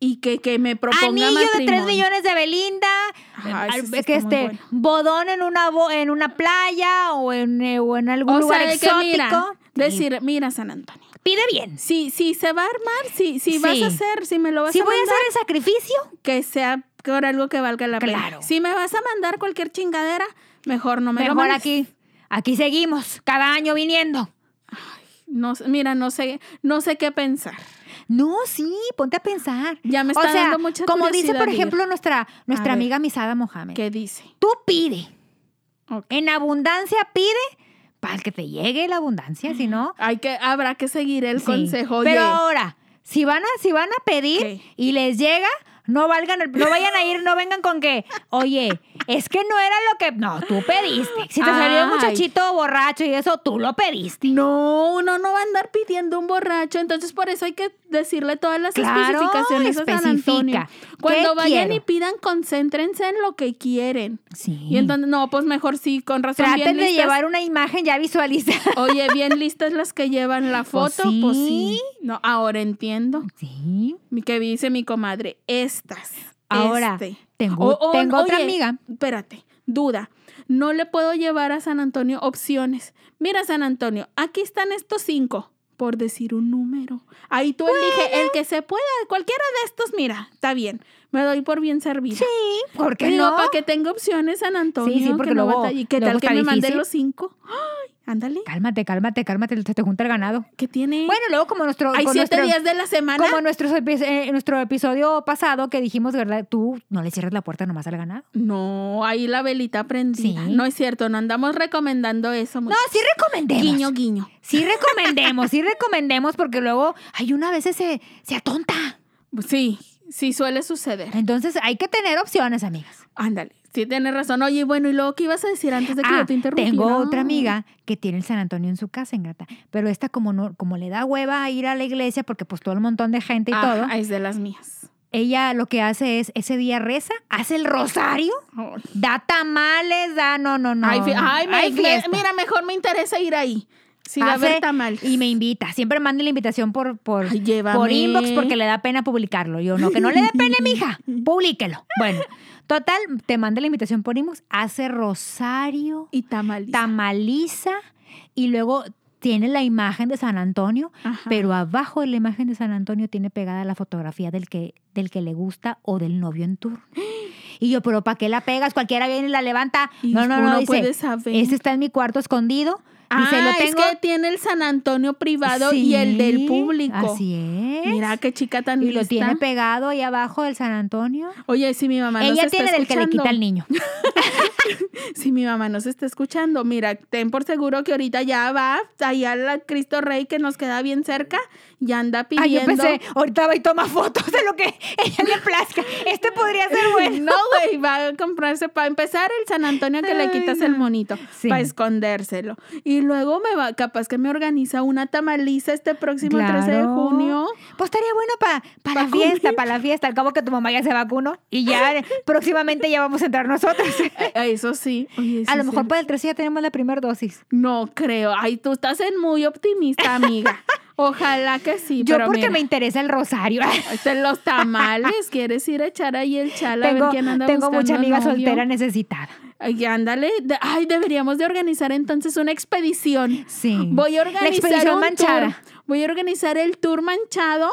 Speaker 2: Y que, que me proponga
Speaker 1: Anillo de 3
Speaker 2: matrimonio.
Speaker 1: millones de Belinda,
Speaker 2: Ajá,
Speaker 1: al-
Speaker 2: ese sí
Speaker 1: que
Speaker 2: está muy
Speaker 1: este
Speaker 2: bueno.
Speaker 1: bodón en una bo- en una playa o en, eh, o en algún
Speaker 2: O
Speaker 1: lugar
Speaker 2: sea, de que
Speaker 1: exótico.
Speaker 2: mira,
Speaker 1: Y
Speaker 2: decir, mira, San Antonio,
Speaker 1: pide bien.
Speaker 2: si, si se va a armar, si, si vas
Speaker 1: Sí.
Speaker 2: a hacer, si me lo vas
Speaker 1: Si
Speaker 2: a
Speaker 1: voy a
Speaker 2: mandar,
Speaker 1: hacer el sacrificio,
Speaker 2: que sea por algo que valga la pena.
Speaker 1: Claro.
Speaker 2: Si me vas a mandar cualquier chingadera, mejor no me lo
Speaker 1: mejor
Speaker 2: mandes.
Speaker 1: aquí. Aquí seguimos, cada año viniendo.
Speaker 2: No, sé, mira, no sé, no sé qué pensar.
Speaker 1: No, sí, ponte a pensar.
Speaker 2: Ya me está
Speaker 1: o sea,
Speaker 2: dando mucha
Speaker 1: como dice,
Speaker 2: curiosidad
Speaker 1: por
Speaker 2: ir.
Speaker 1: ejemplo, nuestra, nuestra
Speaker 2: A ver.
Speaker 1: amiga Misada Mohamed.
Speaker 2: ¿Qué dice?
Speaker 1: Tú pide.
Speaker 2: Ok.
Speaker 1: En abundancia pide para que te llegue la abundancia, si no,
Speaker 2: Hay que, habrá que seguir el
Speaker 1: Sí,
Speaker 2: consejo.
Speaker 1: Pero
Speaker 2: oye.
Speaker 1: ahora, si van a, si van a pedir
Speaker 2: ¿Qué?
Speaker 1: y les llega, no valgan el- no vayan a ir, no vengan con que, oye, es que no era lo que. No, tú pediste. Si te salió
Speaker 2: Ay.
Speaker 1: un muchachito borracho y eso, tú lo pediste.
Speaker 2: No, uno no va a andar pidiendo un borracho, entonces por eso hay que decirle todas las
Speaker 1: Claro,
Speaker 2: especificaciones a San
Speaker 1: especifica.
Speaker 2: Antonio.
Speaker 1: ¿Qué
Speaker 2: Cuando vayan
Speaker 1: quiero?
Speaker 2: y pidan, concéntrense en lo que quieren.
Speaker 1: Sí.
Speaker 2: Y entonces, no, pues mejor sí, con razón. bien
Speaker 1: Traten de
Speaker 2: listas.
Speaker 1: llevar una imagen ya visualizada.
Speaker 2: Oye, bien listas las que llevan la
Speaker 1: Pues
Speaker 2: foto, pues sí.
Speaker 1: sí.
Speaker 2: No, ahora entiendo.
Speaker 1: Sí.
Speaker 2: Mi- Que dice mi comadre, estas.
Speaker 1: Ahora,
Speaker 2: este.
Speaker 1: tengo- tengo otra amiga.
Speaker 2: Espérate, duda. No le puedo llevar a San Antonio opciones. Mira, San Antonio, aquí están estos cinco. por decir un número. Ahí tú elige el que se pueda, cualquiera de estos, mira, está bien. Me doy por bien servida.
Speaker 1: Sí, ¿por qué
Speaker 2: Digo,
Speaker 1: no?
Speaker 2: para que tenga opciones San Antonio,
Speaker 1: Sí, sí, porque
Speaker 2: que no
Speaker 1: luego-
Speaker 2: batalle. ¿Qué
Speaker 1: luego
Speaker 2: tal que
Speaker 1: está
Speaker 2: me mande
Speaker 1: difícil.
Speaker 2: los cinco? Ay, ándale.
Speaker 1: Cálmate, cálmate, cálmate, te, te junta el ganado.
Speaker 2: ¿Qué tiene?
Speaker 1: Bueno, luego como nuestro...
Speaker 2: Hay
Speaker 1: con
Speaker 2: siete
Speaker 1: nuestro-
Speaker 2: días de la semana.
Speaker 1: Como nuestro, epi- eh, nuestro episodio pasado que dijimos, ¿verdad? Tú no le cierres la puerta nomás al ganado.
Speaker 2: No, ahí la velita prendida.
Speaker 1: Sí.
Speaker 2: No es cierto, no andamos recomendando eso.
Speaker 1: No,
Speaker 2: mucho.
Speaker 1: sí recomendemos.
Speaker 2: guiño, guiño.
Speaker 1: Sí recomendemos, sí recomendemos porque luego, hay una vez se, se atonta.
Speaker 2: Sí, sí suele suceder.
Speaker 1: Entonces hay que tener opciones, amigas.
Speaker 2: Ándale, sí tienes razón. Oye, y bueno, ¿y luego qué ibas a decir antes de que
Speaker 1: Ah,
Speaker 2: yo te interrumpiera?
Speaker 1: tengo otra amiga que tiene el San Antonio en su casa, ingrata. Pero esta como no, como le da hueva a ir a la iglesia porque pues todo el montón de gente y
Speaker 2: Ajá,
Speaker 1: todo,
Speaker 2: Ah, Es de las mías.
Speaker 1: ella lo que hace es ese día reza, hace el rosario,
Speaker 2: Ay.
Speaker 1: da tamales, da no, no, no.
Speaker 2: ay, fi-
Speaker 1: no.
Speaker 2: ay, me-
Speaker 1: Hay
Speaker 2: me-
Speaker 1: fiesta.
Speaker 2: mira, mejor me interesa ir ahí. Sí, va a
Speaker 1: Hace-
Speaker 2: haber tamal.
Speaker 1: Y me invita. Siempre manda la invitación por, por,
Speaker 2: Ay, llévame.
Speaker 1: por inbox porque le da pena publicarlo. Yo no, que no le dé pena, mija. Publíquelo. Bueno, total, te manda la invitación por inbox, hace rosario,
Speaker 2: Y tamal.
Speaker 1: tamaliza y luego tiene la imagen de San Antonio,
Speaker 2: Ajá.
Speaker 1: pero abajo de la imagen de San Antonio tiene pegada la fotografía del que, del que le gusta o del novio en turno. Y yo, pero ¿para qué la pegas? Cualquiera viene y la levanta.
Speaker 2: Y
Speaker 1: no, no,
Speaker 2: uno
Speaker 1: no, dice,
Speaker 2: puede saber.
Speaker 1: ese está en mi cuarto escondido. Dice,
Speaker 2: ah,
Speaker 1: lo tengo.
Speaker 2: es que tiene el San Antonio privado y el del
Speaker 1: Sí,
Speaker 2: público.
Speaker 1: Así es.
Speaker 2: Mira qué chica tan
Speaker 1: y lo
Speaker 2: lista.
Speaker 1: tiene pegado ahí abajo del San Antonio.
Speaker 2: Oye, si mi mamá nos
Speaker 1: Ella
Speaker 2: está
Speaker 1: tiene del que le
Speaker 2: escuchando-
Speaker 1: quita al niño.
Speaker 2: Si mi mamá nos está escuchando, mira, ten por seguro que ahorita ya va allá al Cristo Rey que nos queda bien cerca y anda
Speaker 1: Ah, yo
Speaker 2: pidiendo.
Speaker 1: pensé, ahorita va y toma fotos de lo que ella le plazca. Este podría ser bueno.
Speaker 2: No, güey, va a comprarse para empezar el San Antonio que le
Speaker 1: Ay,
Speaker 2: quitas el
Speaker 1: no.
Speaker 2: monito
Speaker 1: Sí.
Speaker 2: para escondérselo. Y luego me va, capaz que me organiza una tamaliza este próximo 13 de
Speaker 1: Claro.
Speaker 2: junio.
Speaker 1: Pues estaría bueno para la
Speaker 2: cumplir.
Speaker 1: fiesta, para la fiesta. Al cabo que tu mamá ya se vacunó y ya próximamente ya vamos a entrar nosotros.
Speaker 2: Eh, Eso sí. Oye,
Speaker 1: A
Speaker 2: sí
Speaker 1: lo
Speaker 2: es
Speaker 1: mejor para el 13 ya tenemos la primera dosis.
Speaker 2: No creo. Ay, tú estás en muy optimista, amiga. Ojalá que sí.
Speaker 1: Yo
Speaker 2: pero
Speaker 1: porque
Speaker 2: mira,
Speaker 1: me interesa el rosario.
Speaker 2: este, los tamales, ¿quieres ir a echar ahí el chal a ver
Speaker 1: tengo
Speaker 2: quién anda
Speaker 1: tengo mucha
Speaker 2: buscando
Speaker 1: amiga
Speaker 2: novio?
Speaker 1: soltera necesitada.
Speaker 2: Ay, ándale. de- Ay, deberíamos de organizar entonces una expedición.
Speaker 1: Sí.
Speaker 2: Voy a
Speaker 1: La
Speaker 2: organizar
Speaker 1: expedición
Speaker 2: un
Speaker 1: manchada.
Speaker 2: tour. Voy a organizar el tour manchado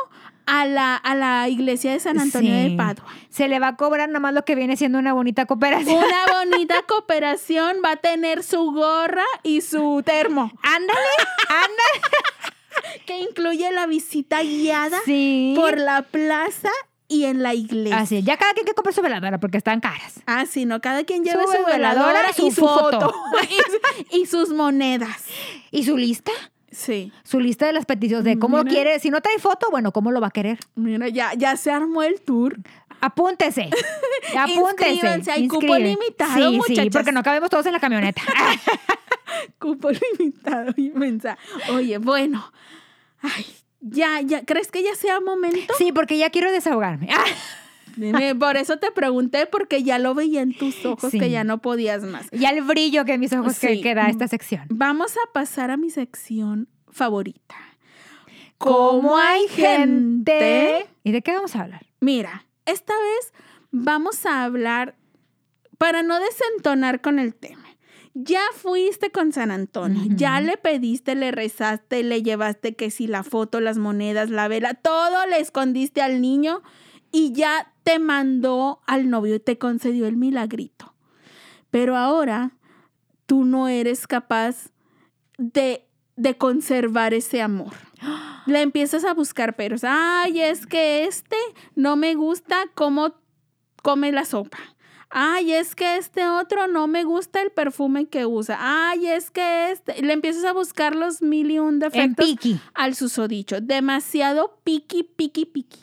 Speaker 2: a la, a la iglesia de San Antonio
Speaker 1: Sí.
Speaker 2: de Padua.
Speaker 1: Se le va a cobrar nada más lo que viene siendo una bonita cooperación.
Speaker 2: Una bonita cooperación va a tener su gorra y su termo,
Speaker 1: Ándale, ándale.
Speaker 2: que incluye la visita guiada
Speaker 1: Sí.
Speaker 2: por la plaza y en la iglesia.
Speaker 1: Así, es, ya cada quien que compre su veladora porque están caras.
Speaker 2: Ah, sí, no, cada quien lleva
Speaker 1: Su
Speaker 2: su, veladora,
Speaker 1: veladora
Speaker 2: y
Speaker 1: y
Speaker 2: su
Speaker 1: su
Speaker 2: foto.
Speaker 1: foto.
Speaker 2: y, y sus monedas.
Speaker 1: ¿Y su lista?
Speaker 2: Sí.
Speaker 1: Su lista de las peticiones de cómo lo
Speaker 2: Mira.
Speaker 1: quiere. Si no trae foto, bueno, ¿cómo lo va a querer?
Speaker 2: Mira, ya, ya se armó el tour.
Speaker 1: Apúntese. Apúntese.
Speaker 2: Inscríbanse, hay cupo
Speaker 1: inscríbanse.
Speaker 2: limitado,
Speaker 1: Sí, sí,
Speaker 2: muchachas.
Speaker 1: porque no cabemos todos en la camioneta.
Speaker 2: Cupo limitado inmensa. Oye, bueno. Ay, ya, ya, ¿crees que ya sea momento?
Speaker 1: sí, porque ya quiero desahogarme. Ah,
Speaker 2: Dime, Por eso te pregunté, porque ya lo veía en tus ojos
Speaker 1: Sí.
Speaker 2: que ya no podías más.
Speaker 1: Ya el brillo que en mis ojos
Speaker 2: Sí.
Speaker 1: que, que da esta sección.
Speaker 2: Vamos a pasar a mi sección favorita.
Speaker 1: Como
Speaker 2: Como hay gente?
Speaker 1: ¿Y de qué vamos a hablar?
Speaker 2: Mira, esta vez vamos a hablar para no desentonar con el tema. Ya fuiste con San Antonio,
Speaker 1: Ujú.
Speaker 2: ya le pediste, le rezaste, le llevaste que si la foto, las monedas, la vela, todo le escondiste al niño y ya te mandó al novio y te concedió el milagrito. Pero ahora tú no eres capaz de, de conservar ese amor. Le empiezas a buscar peros. Ay, es que este no me gusta cómo come la sopa. Ay, es que este otro no me gusta el perfume que usa. Ay, es que este. Le empiezas a buscar los mil y un
Speaker 1: En
Speaker 2: defectos
Speaker 1: piqui.
Speaker 2: al susodicho. Demasiado piqui, piqui, piqui.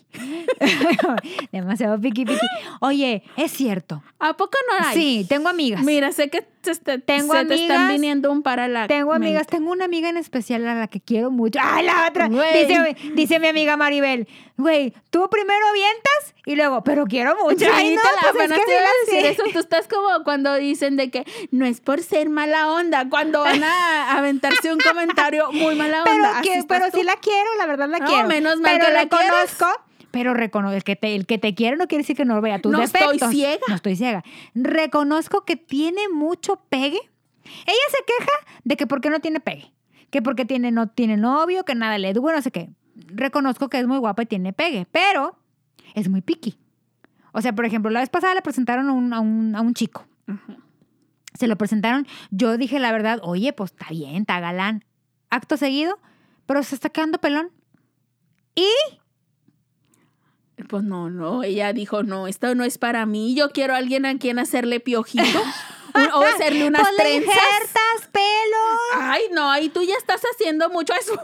Speaker 1: Demasiado piqui piqui. Oye, es cierto.
Speaker 2: ¿A poco no hay?
Speaker 1: Sí, tengo amigas.
Speaker 2: Mira, sé que te, está-
Speaker 1: Tengo
Speaker 2: se te están
Speaker 1: amigas-
Speaker 2: viniendo un par a la
Speaker 1: Tengo
Speaker 2: mente.
Speaker 1: amigas, tengo una amiga en especial a la que quiero mucho. ¡Ay, la otra!
Speaker 2: Güey.
Speaker 1: Dice, dice mi amiga Maribel, güey, tú primero vientas y luego, pero quiero mucho.
Speaker 2: Sí,
Speaker 1: Ay, no,
Speaker 2: te la-
Speaker 1: pues es
Speaker 2: apenas
Speaker 1: que
Speaker 2: te iba a
Speaker 1: sí,
Speaker 2: decir
Speaker 1: sí.
Speaker 2: eso. Tú estás como cuando dicen de que no es por ser mala onda, cuando van a aventarse un comentario muy mala
Speaker 1: Pero,
Speaker 2: onda. Así
Speaker 1: que-
Speaker 2: estás
Speaker 1: pero
Speaker 2: tú.
Speaker 1: sí la quiero, la verdad la
Speaker 2: No,
Speaker 1: quiero.
Speaker 2: menos mal
Speaker 1: pero
Speaker 2: que la quieres.
Speaker 1: reconozco, pero reconozco, el que, te, el que te quiere no quiere decir que no vea tus
Speaker 2: No estoy
Speaker 1: defectos.
Speaker 2: ciega.
Speaker 1: No estoy ciega. Reconozco que tiene mucho pegue. Ella se queja de que por qué no tiene pegue. que porque tiene, no tiene novio, que nada le dura, no sé qué. Reconozco que es muy guapa y tiene pegue, pero es muy piqui. O sea, por ejemplo, la vez pasada le presentaron a un, a un, a un chico. Se lo presentaron. Yo dije la verdad, oye, pues está bien, está galán. Acto seguido, pero se está quedando pelón. Y
Speaker 2: Pues no, no, ella dijo, no, esto no es para mí, yo quiero a alguien a quien hacerle piojito un- o hacerle unas
Speaker 1: pues le
Speaker 2: trenzas.
Speaker 1: injertas pelo,
Speaker 2: Ay, no, ahí tú ya estás haciendo mucho esfuerzo.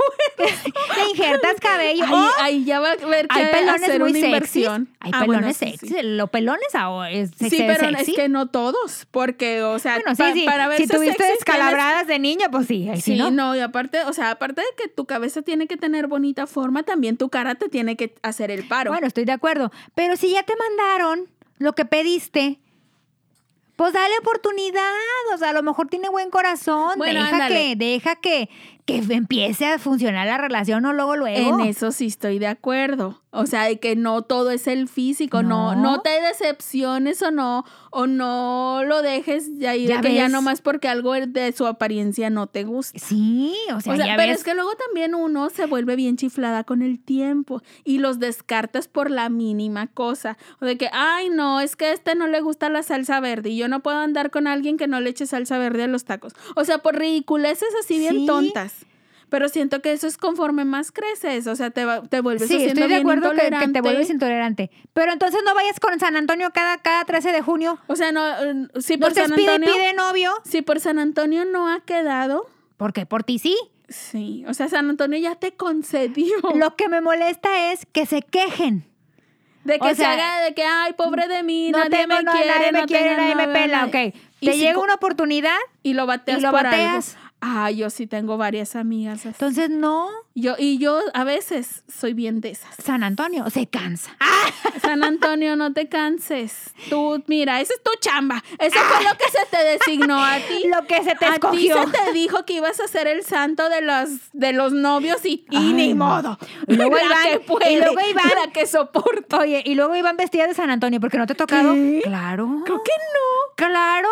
Speaker 1: le injertas cabello.
Speaker 2: Ahí,
Speaker 1: o
Speaker 2: ahí ya va a ver que
Speaker 1: hay pelones
Speaker 2: hacer
Speaker 1: muy
Speaker 2: una
Speaker 1: sexys.
Speaker 2: inversión.
Speaker 1: Hay
Speaker 2: Ah,
Speaker 1: pelones
Speaker 2: bueno, sí,
Speaker 1: sexys.
Speaker 2: sí.
Speaker 1: Los pelones ahora es se-
Speaker 2: Sí,
Speaker 1: se-
Speaker 2: pero
Speaker 1: sexy.
Speaker 2: es que no todos, porque, o sea,
Speaker 1: bueno, sí,
Speaker 2: pa-
Speaker 1: sí.
Speaker 2: para ver
Speaker 1: si tuviste descalabradas de niño, pues sí. ahí sí,
Speaker 2: Sí,
Speaker 1: ¿no?
Speaker 2: ¿no? y aparte, o sea, aparte de que tu cabeza tiene que tener bonita forma, también tu cara te tiene que hacer el paro.
Speaker 1: Bueno, estoy de acuerdo. Pero si ya te mandaron lo que pediste, pues dale oportunidad. O sea, a lo mejor tiene buen corazón.
Speaker 2: Bueno,
Speaker 1: deja
Speaker 2: ándale.
Speaker 1: que, deja que, que empiece a funcionar la relación o luego luego.
Speaker 2: En eso sí estoy de acuerdo. O sea, de que no todo es el físico, no,
Speaker 1: No.
Speaker 2: no, te decepciones o no, o no lo dejes de ahí, de
Speaker 1: Ya
Speaker 2: que ya
Speaker 1: ves.
Speaker 2: nomás porque algo de su apariencia no te gusta.
Speaker 1: Sí, o sea,
Speaker 2: O sea,
Speaker 1: ya
Speaker 2: pero
Speaker 1: ves.
Speaker 2: es que luego también uno se vuelve bien chiflada con el tiempo y los descartas por la mínima cosa. O de que, ay, no, es que a este no le gusta la salsa verde y yo no puedo andar con alguien que no le eche salsa verde a los tacos. O sea, por ridiculeces así bien
Speaker 1: Sí.
Speaker 2: tontas. Pero siento que eso es conforme más creces, o sea, te, va- te vuelves
Speaker 1: Sí,
Speaker 2: haciendo
Speaker 1: estoy de
Speaker 2: bien
Speaker 1: acuerdo que- que,
Speaker 2: intolerante.
Speaker 1: te vuelves intolerante. Pero entonces no vayas con San Antonio cada, cada 13 de junio.
Speaker 2: O sea, no, eh, si
Speaker 1: No
Speaker 2: por
Speaker 1: te
Speaker 2: San
Speaker 1: pide,
Speaker 2: Antonio,
Speaker 1: pide novio.
Speaker 2: si por San Antonio no ha quedado,
Speaker 1: Porque por ti sí.
Speaker 2: sí, o sea, San Antonio ya te concedió.
Speaker 1: Lo que me molesta es que se quejen.
Speaker 2: De que
Speaker 1: O
Speaker 2: se
Speaker 1: sea,
Speaker 2: haga, de que, ay, pobre de mí,
Speaker 1: no
Speaker 2: nadie,
Speaker 1: tengo
Speaker 2: me
Speaker 1: no-
Speaker 2: quiere,
Speaker 1: nadie me
Speaker 2: no
Speaker 1: quiere,
Speaker 2: tengo
Speaker 1: nadie me
Speaker 2: novio,
Speaker 1: pela.
Speaker 2: nadie.
Speaker 1: Ok.
Speaker 2: Y
Speaker 1: Te
Speaker 2: si
Speaker 1: llega
Speaker 2: co-
Speaker 1: una oportunidad,
Speaker 2: Y lo bateas
Speaker 1: y lo
Speaker 2: por
Speaker 1: bateas.
Speaker 2: algo. Ah, yo sí tengo varias amigas así.
Speaker 1: entonces no.
Speaker 2: yo, y yo a veces soy bien de esas.
Speaker 1: San Antonio se cansa.
Speaker 2: San Antonio, no te canses. Tú, mira, esa es tu chamba. Eso fue lo que se te designó a ti.
Speaker 1: Ah. Lo que se te
Speaker 2: a ti
Speaker 1: escogió.
Speaker 2: se te dijo que ibas a ser el santo de los, de los novios y, y
Speaker 1: Ay,
Speaker 2: ni
Speaker 1: no.
Speaker 2: modo.
Speaker 1: Y luego
Speaker 2: la
Speaker 1: Iván-
Speaker 2: que
Speaker 1: y
Speaker 2: puede,
Speaker 1: luego Iván-
Speaker 2: la que soporta.
Speaker 1: Oye, y luego iban vestidas de San Antonio porque no te ha tocado.
Speaker 2: ¿Qué?
Speaker 1: Claro.
Speaker 2: Creo que no.
Speaker 1: Claro.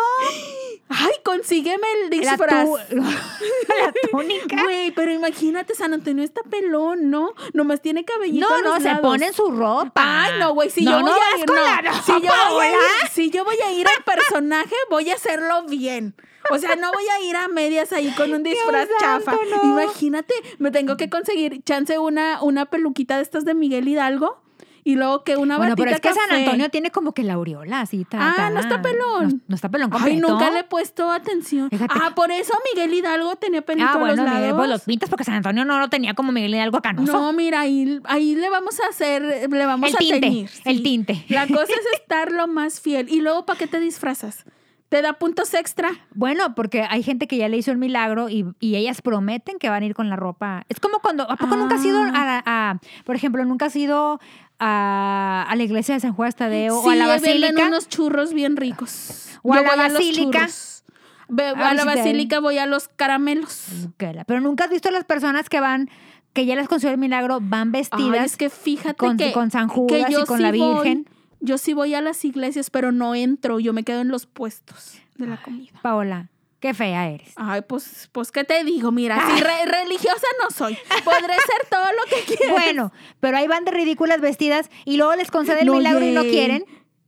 Speaker 2: Ay, consígueme el
Speaker 1: La,
Speaker 2: disfraz.
Speaker 1: tu- la túnica.
Speaker 2: Güey, pero imagínate, San Antonio está pelón, ¿no? Nomás tiene cabellito. a
Speaker 1: No,
Speaker 2: los
Speaker 1: no, se
Speaker 2: lados.
Speaker 1: ponen su ropa.
Speaker 2: Ay, no, güey, si yo voy a
Speaker 1: vas
Speaker 2: ir,
Speaker 1: con
Speaker 2: no.
Speaker 1: la
Speaker 2: si, yo
Speaker 1: ropa,
Speaker 2: voy a ir-
Speaker 1: hola.
Speaker 2: si yo voy a ir al personaje, voy a hacerlo bien. O sea, no voy a ir a medias ahí con un disfraz
Speaker 1: santo,
Speaker 2: chafa.
Speaker 1: no.
Speaker 2: Imagínate, me tengo que conseguir, chance, una, una peluquita de estas de Miguel Hidalgo y luego que una
Speaker 1: Bueno, pero es
Speaker 2: batita
Speaker 1: que San
Speaker 2: café.
Speaker 1: Antonio tiene como que la aureola así. ta-
Speaker 2: Ah,
Speaker 1: ta-
Speaker 2: no está pelón.
Speaker 1: No, no está pelón
Speaker 2: Ay,
Speaker 1: completo.
Speaker 2: nunca le he puesto atención.
Speaker 1: Fíjate.
Speaker 2: Ah, por eso Miguel Hidalgo tenía pelito
Speaker 1: Ah, bueno,
Speaker 2: a los
Speaker 1: Miguel,
Speaker 2: lados.
Speaker 1: pues los pintas porque San Antonio no lo tenía como Miguel Hidalgo canoso.
Speaker 2: No, mira, ahí, ahí le vamos a hacer, le vamos
Speaker 1: El
Speaker 2: a
Speaker 1: tinte,
Speaker 2: teñir.
Speaker 1: el tinte.
Speaker 2: La cosa es estar lo más fiel. Y luego, ¿para qué te disfrazas? ¿Te da puntos extra?
Speaker 1: Bueno, porque hay gente que ya le hizo el milagro y, y ellas prometen que van a ir con la ropa. Es como cuando, ¿a poco nunca has ido a,
Speaker 2: Ah.
Speaker 1: a- por ejemplo, nunca has ido a, a la iglesia de San Juan Tadeo o a la
Speaker 2: Sí, venden
Speaker 1: basílica?
Speaker 2: unos churros bien ricos.
Speaker 1: O a la
Speaker 2: voy los
Speaker 1: basílica. Ah,
Speaker 2: churros. Ve-
Speaker 1: A
Speaker 2: a la
Speaker 1: visitar.
Speaker 2: basílica voy a los caramelos.
Speaker 1: Que la- Pero nunca has visto a las personas que van, que ya les consiguió el milagro, van
Speaker 2: Ay,
Speaker 1: vestidas
Speaker 2: es que fíjate
Speaker 1: con,
Speaker 2: que,
Speaker 1: con San
Speaker 2: que
Speaker 1: Judas y
Speaker 2: yo
Speaker 1: con
Speaker 2: sí
Speaker 1: la
Speaker 2: voy-
Speaker 1: Virgen.
Speaker 2: yo sí voy a las iglesias, pero no entro. Yo me quedo en los puestos de la comida.
Speaker 1: Paola, qué fea eres.
Speaker 2: Ay, pues, pues, ¿qué te digo? Mira, si re- religiosa no soy. Podré ser todo lo que quiera.
Speaker 1: Bueno, pero ahí van de ridículas vestidas y luego les concede el
Speaker 2: No,
Speaker 1: milagro y no
Speaker 2: oye.
Speaker 1: quieren.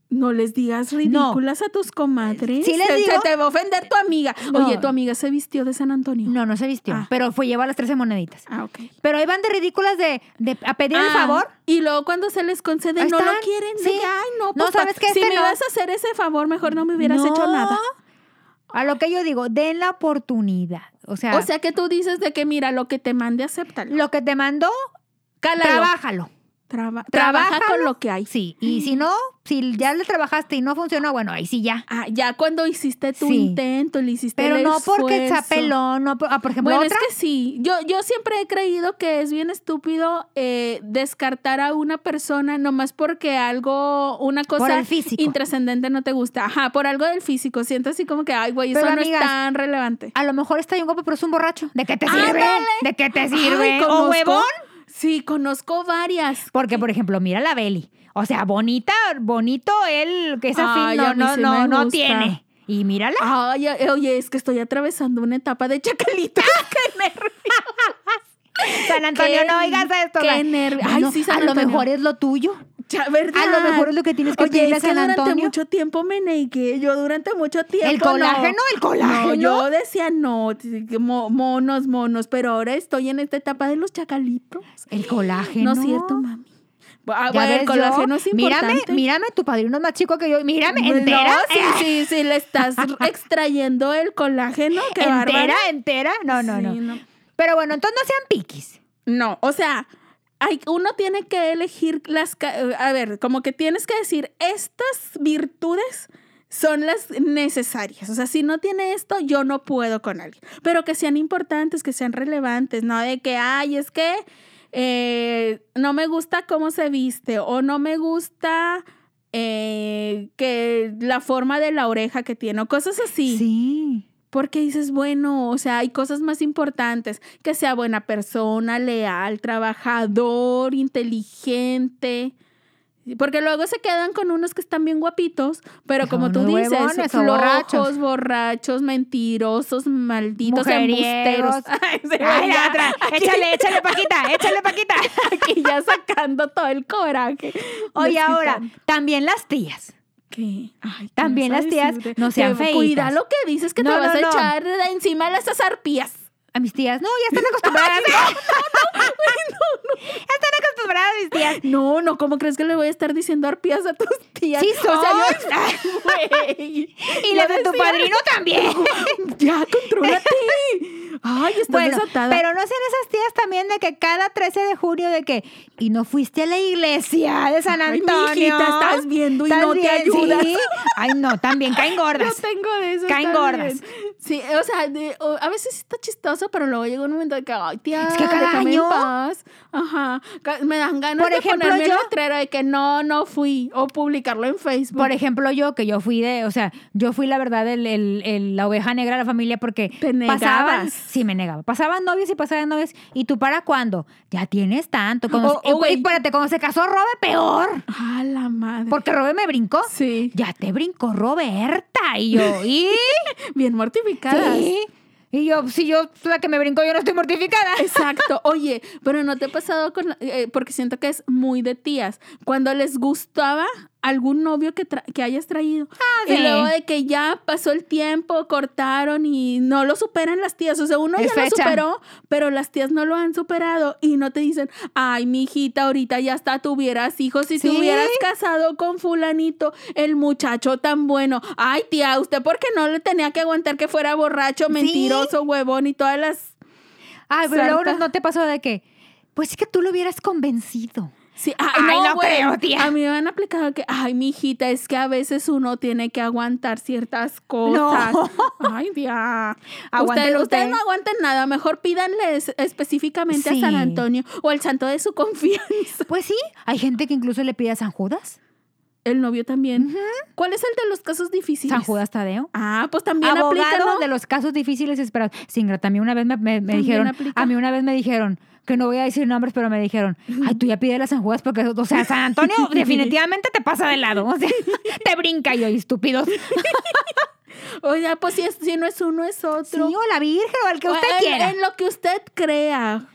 Speaker 2: No les digas ridículas a tus comadres.
Speaker 1: Sí les
Speaker 2: Te- te-
Speaker 1: digo.
Speaker 2: Te, va a ofender tu amiga.
Speaker 1: No.
Speaker 2: Oye, tu amiga se vistió de San Antonio.
Speaker 1: No, no se vistió,
Speaker 2: Ah.
Speaker 1: pero fue llevar las 13 moneditas.
Speaker 2: Ah, ok.
Speaker 1: Pero ahí van de ridículas de, de- a pedir el
Speaker 2: Ah,
Speaker 1: favor.
Speaker 2: Y luego cuando se les concede,
Speaker 1: Ahí
Speaker 2: no lo
Speaker 1: están.
Speaker 2: quieren.
Speaker 1: Sí.
Speaker 2: De que, ay, no,
Speaker 1: No,
Speaker 2: pues,
Speaker 1: ¿sabes qué?
Speaker 2: Si
Speaker 1: Este
Speaker 2: me
Speaker 1: no.
Speaker 2: vas a hacer ese favor, mejor no me hubieras
Speaker 1: No.
Speaker 2: hecho nada.
Speaker 1: A lo que yo digo, den la oportunidad. O sea,
Speaker 2: O sea que tú dices de que, mira, lo que te mande, acéptalo.
Speaker 1: lo que te mandó,
Speaker 2: Cálalo.
Speaker 1: trabájalo.
Speaker 2: Traba- trabaja
Speaker 1: Trabájalo.
Speaker 2: con lo que hay.
Speaker 1: Sí, y si no, si ya le trabajaste y no funcionó, bueno, ahí sí ya.
Speaker 2: Ah, ya cuando hiciste tu
Speaker 1: Sí.
Speaker 2: intento, le hiciste
Speaker 1: Pero
Speaker 2: el
Speaker 1: no porque está
Speaker 2: esfuerzo.
Speaker 1: pelón, no, por, ah, por ejemplo,
Speaker 2: Bueno,
Speaker 1: otra.
Speaker 2: es que sí. Yo, yo siempre he creído que es bien estúpido eh, descartar a una persona nomás porque algo, una
Speaker 1: Por
Speaker 2: cosa
Speaker 1: el físico.
Speaker 2: intrascendente no te gusta. Ajá, por algo del físico. Siento así como que, ay, güey, eso
Speaker 1: Pero,
Speaker 2: no
Speaker 1: amigas,
Speaker 2: es tan relevante.
Speaker 1: A lo mejor está bien guapo, pero es un borracho. ¿De qué te
Speaker 2: Ándale.
Speaker 1: sirve? ¿De qué te sirve?
Speaker 2: Ay,
Speaker 1: ¿O
Speaker 2: conozco-
Speaker 1: huevón?
Speaker 2: Sí, conozco varias.
Speaker 1: Porque, por ejemplo, mira la Beli. O sea, bonita, bonito él, que esa fin
Speaker 2: Ay,
Speaker 1: no,
Speaker 2: a mí
Speaker 1: no,
Speaker 2: sí
Speaker 1: no,
Speaker 2: me
Speaker 1: no
Speaker 2: gusta.
Speaker 1: tiene. Y mírala.
Speaker 2: Ay, ay, oye, es que estoy atravesando una etapa de chacalita. ¡Qué nervio!
Speaker 1: San Antonio,
Speaker 2: Qué-
Speaker 1: no oigas esto.
Speaker 2: qué
Speaker 1: güey.
Speaker 2: nervio. Ay, sí, San
Speaker 1: A lo
Speaker 2: Antonio.
Speaker 1: mejor es lo tuyo.
Speaker 2: Ya, ¿verdad?
Speaker 1: A lo mejor es lo que tienes que
Speaker 2: Oye,
Speaker 1: pedirle
Speaker 2: es
Speaker 1: a
Speaker 2: que
Speaker 1: San
Speaker 2: durante
Speaker 1: Antonio.
Speaker 2: mucho tiempo me negué. Yo durante mucho tiempo.
Speaker 1: El colágeno, el
Speaker 2: No,
Speaker 1: colágeno.
Speaker 2: yo decía no, mo- monos, monos, pero ahora estoy en esta etapa de los chacalitos.
Speaker 1: El colágeno.
Speaker 2: No es cierto, mami.
Speaker 1: Ya
Speaker 2: Ah, bueno, el
Speaker 1: ves,
Speaker 2: colágeno
Speaker 1: yo-
Speaker 2: es
Speaker 1: mírame,
Speaker 2: importante.
Speaker 1: mírame, tu padrino es más chico que yo. Mírame,
Speaker 2: No,
Speaker 1: entera.
Speaker 2: sí, sí, sí, le estás extrayendo el colágeno. Qué
Speaker 1: entera,
Speaker 2: bárbara.
Speaker 1: entera. No, no,
Speaker 2: Sí,
Speaker 1: no. Pero bueno, entonces no sean piquis.
Speaker 2: No, o sea, hay, uno tiene que elegir las... ca- A ver, como que tienes que decir, estas virtudes son las necesarias. O sea, si no tiene esto, yo no puedo con alguien. Pero que sean importantes, que sean relevantes, ¿no? De que, ay, es que eh, no me gusta cómo se viste o no me gusta... eh, que la forma de la oreja que tiene o cosas así.
Speaker 1: Sí.
Speaker 2: Porque dices, bueno, o sea, hay cosas más importantes, que sea buena persona, leal, trabajador, inteligente. Porque luego se quedan con unos que están bien guapitos, pero
Speaker 1: Que
Speaker 2: como
Speaker 1: son
Speaker 2: tú
Speaker 1: unos
Speaker 2: dices,
Speaker 1: huevones o
Speaker 2: flojos,
Speaker 1: borrachos.
Speaker 2: borrachos. mentirosos, malditos,
Speaker 1: Mujeriegos.
Speaker 2: embusteros. Ay, sí,
Speaker 1: Ay, la
Speaker 2: ya,
Speaker 1: otra. Échale, échale, Paquita, échale, Paquita.
Speaker 2: aquí ya sacando todo el coraje.
Speaker 1: Oye,
Speaker 2: Desquitando.
Speaker 1: ahora, también las tías.
Speaker 2: ¿Qué? Ay, ¿qué
Speaker 1: También
Speaker 2: vas a
Speaker 1: las tías
Speaker 2: decir de-
Speaker 1: no sean
Speaker 2: Que Cuida
Speaker 1: feitas.
Speaker 2: lo que dices que
Speaker 1: No,
Speaker 2: te vas
Speaker 1: no,
Speaker 2: a
Speaker 1: no.
Speaker 2: echar de encima de esas arpías.
Speaker 1: A mis tías, no, ya están acostumbradas. Ya están acostumbradas mis tías.
Speaker 2: No, no, ¿cómo crees que le voy a estar diciendo arpías a tus tías?
Speaker 1: Sí
Speaker 2: O sea,
Speaker 1: son.
Speaker 2: yo- Ay, güey.
Speaker 1: Y las de tu
Speaker 2: decía,
Speaker 1: padrino también.
Speaker 2: Ya, contrólate. Ay, estás
Speaker 1: Bueno,
Speaker 2: desatada.
Speaker 1: pero no sean esas tías también de que cada 13 de junio de que, y no fuiste a la iglesia de San
Speaker 2: Ay,
Speaker 1: Antonio.
Speaker 2: mijita, estás viendo y
Speaker 1: ¿Estás
Speaker 2: no te
Speaker 1: bien?
Speaker 2: ayudas.
Speaker 1: Sí. Ay, no, también caen
Speaker 2: Yo
Speaker 1: gordas.
Speaker 2: tengo de eso.
Speaker 1: Caen
Speaker 2: también.
Speaker 1: gordas.
Speaker 2: Sí, o sea, de- o- a veces sí está chistoso, pero luego llega un momento de que, ay, tía,
Speaker 1: Es que cada
Speaker 2: déjame
Speaker 1: año-
Speaker 2: en paz. Ajá. Ca- Me dan ganas
Speaker 1: Por
Speaker 2: de
Speaker 1: ejemplo,
Speaker 2: ponerme
Speaker 1: yo-
Speaker 2: el letrero de que no, no fui. O publicarlo en Facebook.
Speaker 1: Por ejemplo, yo, que yo fui de, o sea, yo fui la verdad el, el- el- la oveja negra de la familia porque
Speaker 2: Te negabas.
Speaker 1: pasaban, sí me negaba, pasaban novios y pasaban novios y tú para cuándo, ya tienes tanto, como,
Speaker 2: O-
Speaker 1: eh,
Speaker 2: o,
Speaker 1: güey,
Speaker 2: güey.
Speaker 1: espérate, cuando se casó Robe peor,
Speaker 2: A la madre.
Speaker 1: porque Robe me brincó,
Speaker 2: Sí.
Speaker 1: ya te brincó Roberta y yo, y
Speaker 2: Bien mortificadas.
Speaker 1: Sí. Y yo, si yo, la que me brincó, yo no estoy mortificada.
Speaker 2: Exacto. Oye, pero no te ha pasado con. la- eh, porque siento que es muy de tías. Cuando les gustaba algún novio que, tra- que hayas traído.
Speaker 1: Ah, sí.
Speaker 2: Y luego de que ya pasó el tiempo, cortaron y no lo superan las tías. O sea, uno
Speaker 1: Es
Speaker 2: ya lo
Speaker 1: fecha.
Speaker 2: superó, pero las tías no lo han superado y no te dicen, ay, mi hijita, ahorita ya hasta tuvieras hijos si
Speaker 1: Sí.
Speaker 2: te hubieras casado con Fulanito, el muchacho tan bueno. Ay, tía, usted, porque no le tenía que aguantar que fuera borracho, mentiroso, huevón y todas las.
Speaker 1: Ay, pero luego
Speaker 2: Sarta.
Speaker 1: no, no te pasó de que, pues es que tú lo hubieras convencido.
Speaker 2: Sí, ay,
Speaker 1: Ay,
Speaker 2: no,
Speaker 1: no
Speaker 2: güey.
Speaker 1: creo, tía.
Speaker 2: A mí me han aplicado que, ay, mijita, es que a veces uno tiene que aguantar ciertas cosas. Ay, tía.
Speaker 1: Aguántelo
Speaker 2: Ustedes, ustedes
Speaker 1: usted.
Speaker 2: no aguantan nada. Mejor pídanle es- específicamente
Speaker 1: Sí.
Speaker 2: a San Antonio o al santo de su confianza.
Speaker 1: Pues sí, hay gente que incluso le pide a San Judas,
Speaker 2: El novio también. ¿Cuál es el de los casos difíciles?
Speaker 1: San Judas Tadeo.
Speaker 2: Ah, pues también aplica,
Speaker 1: Abogados
Speaker 2: ¿no?
Speaker 1: de los casos difíciles esperados. Singra, también una vez me, me- me
Speaker 2: También
Speaker 1: dijeron,
Speaker 2: aplica.
Speaker 1: a mí una vez me dijeron, que no voy a decir nombres, pero me dijeron, ay, tú ya pídele a San Judas porque, o sea, San Antonio definitivamente te pasa de lado, o sea, te brinca y yo, estúpidos.
Speaker 2: Oiga, pues si, es- si no es uno, es
Speaker 1: Sí,
Speaker 2: otro.
Speaker 1: o la Virgen o el que
Speaker 2: O
Speaker 1: usted
Speaker 2: en-
Speaker 1: quiera.
Speaker 2: En lo que usted crea.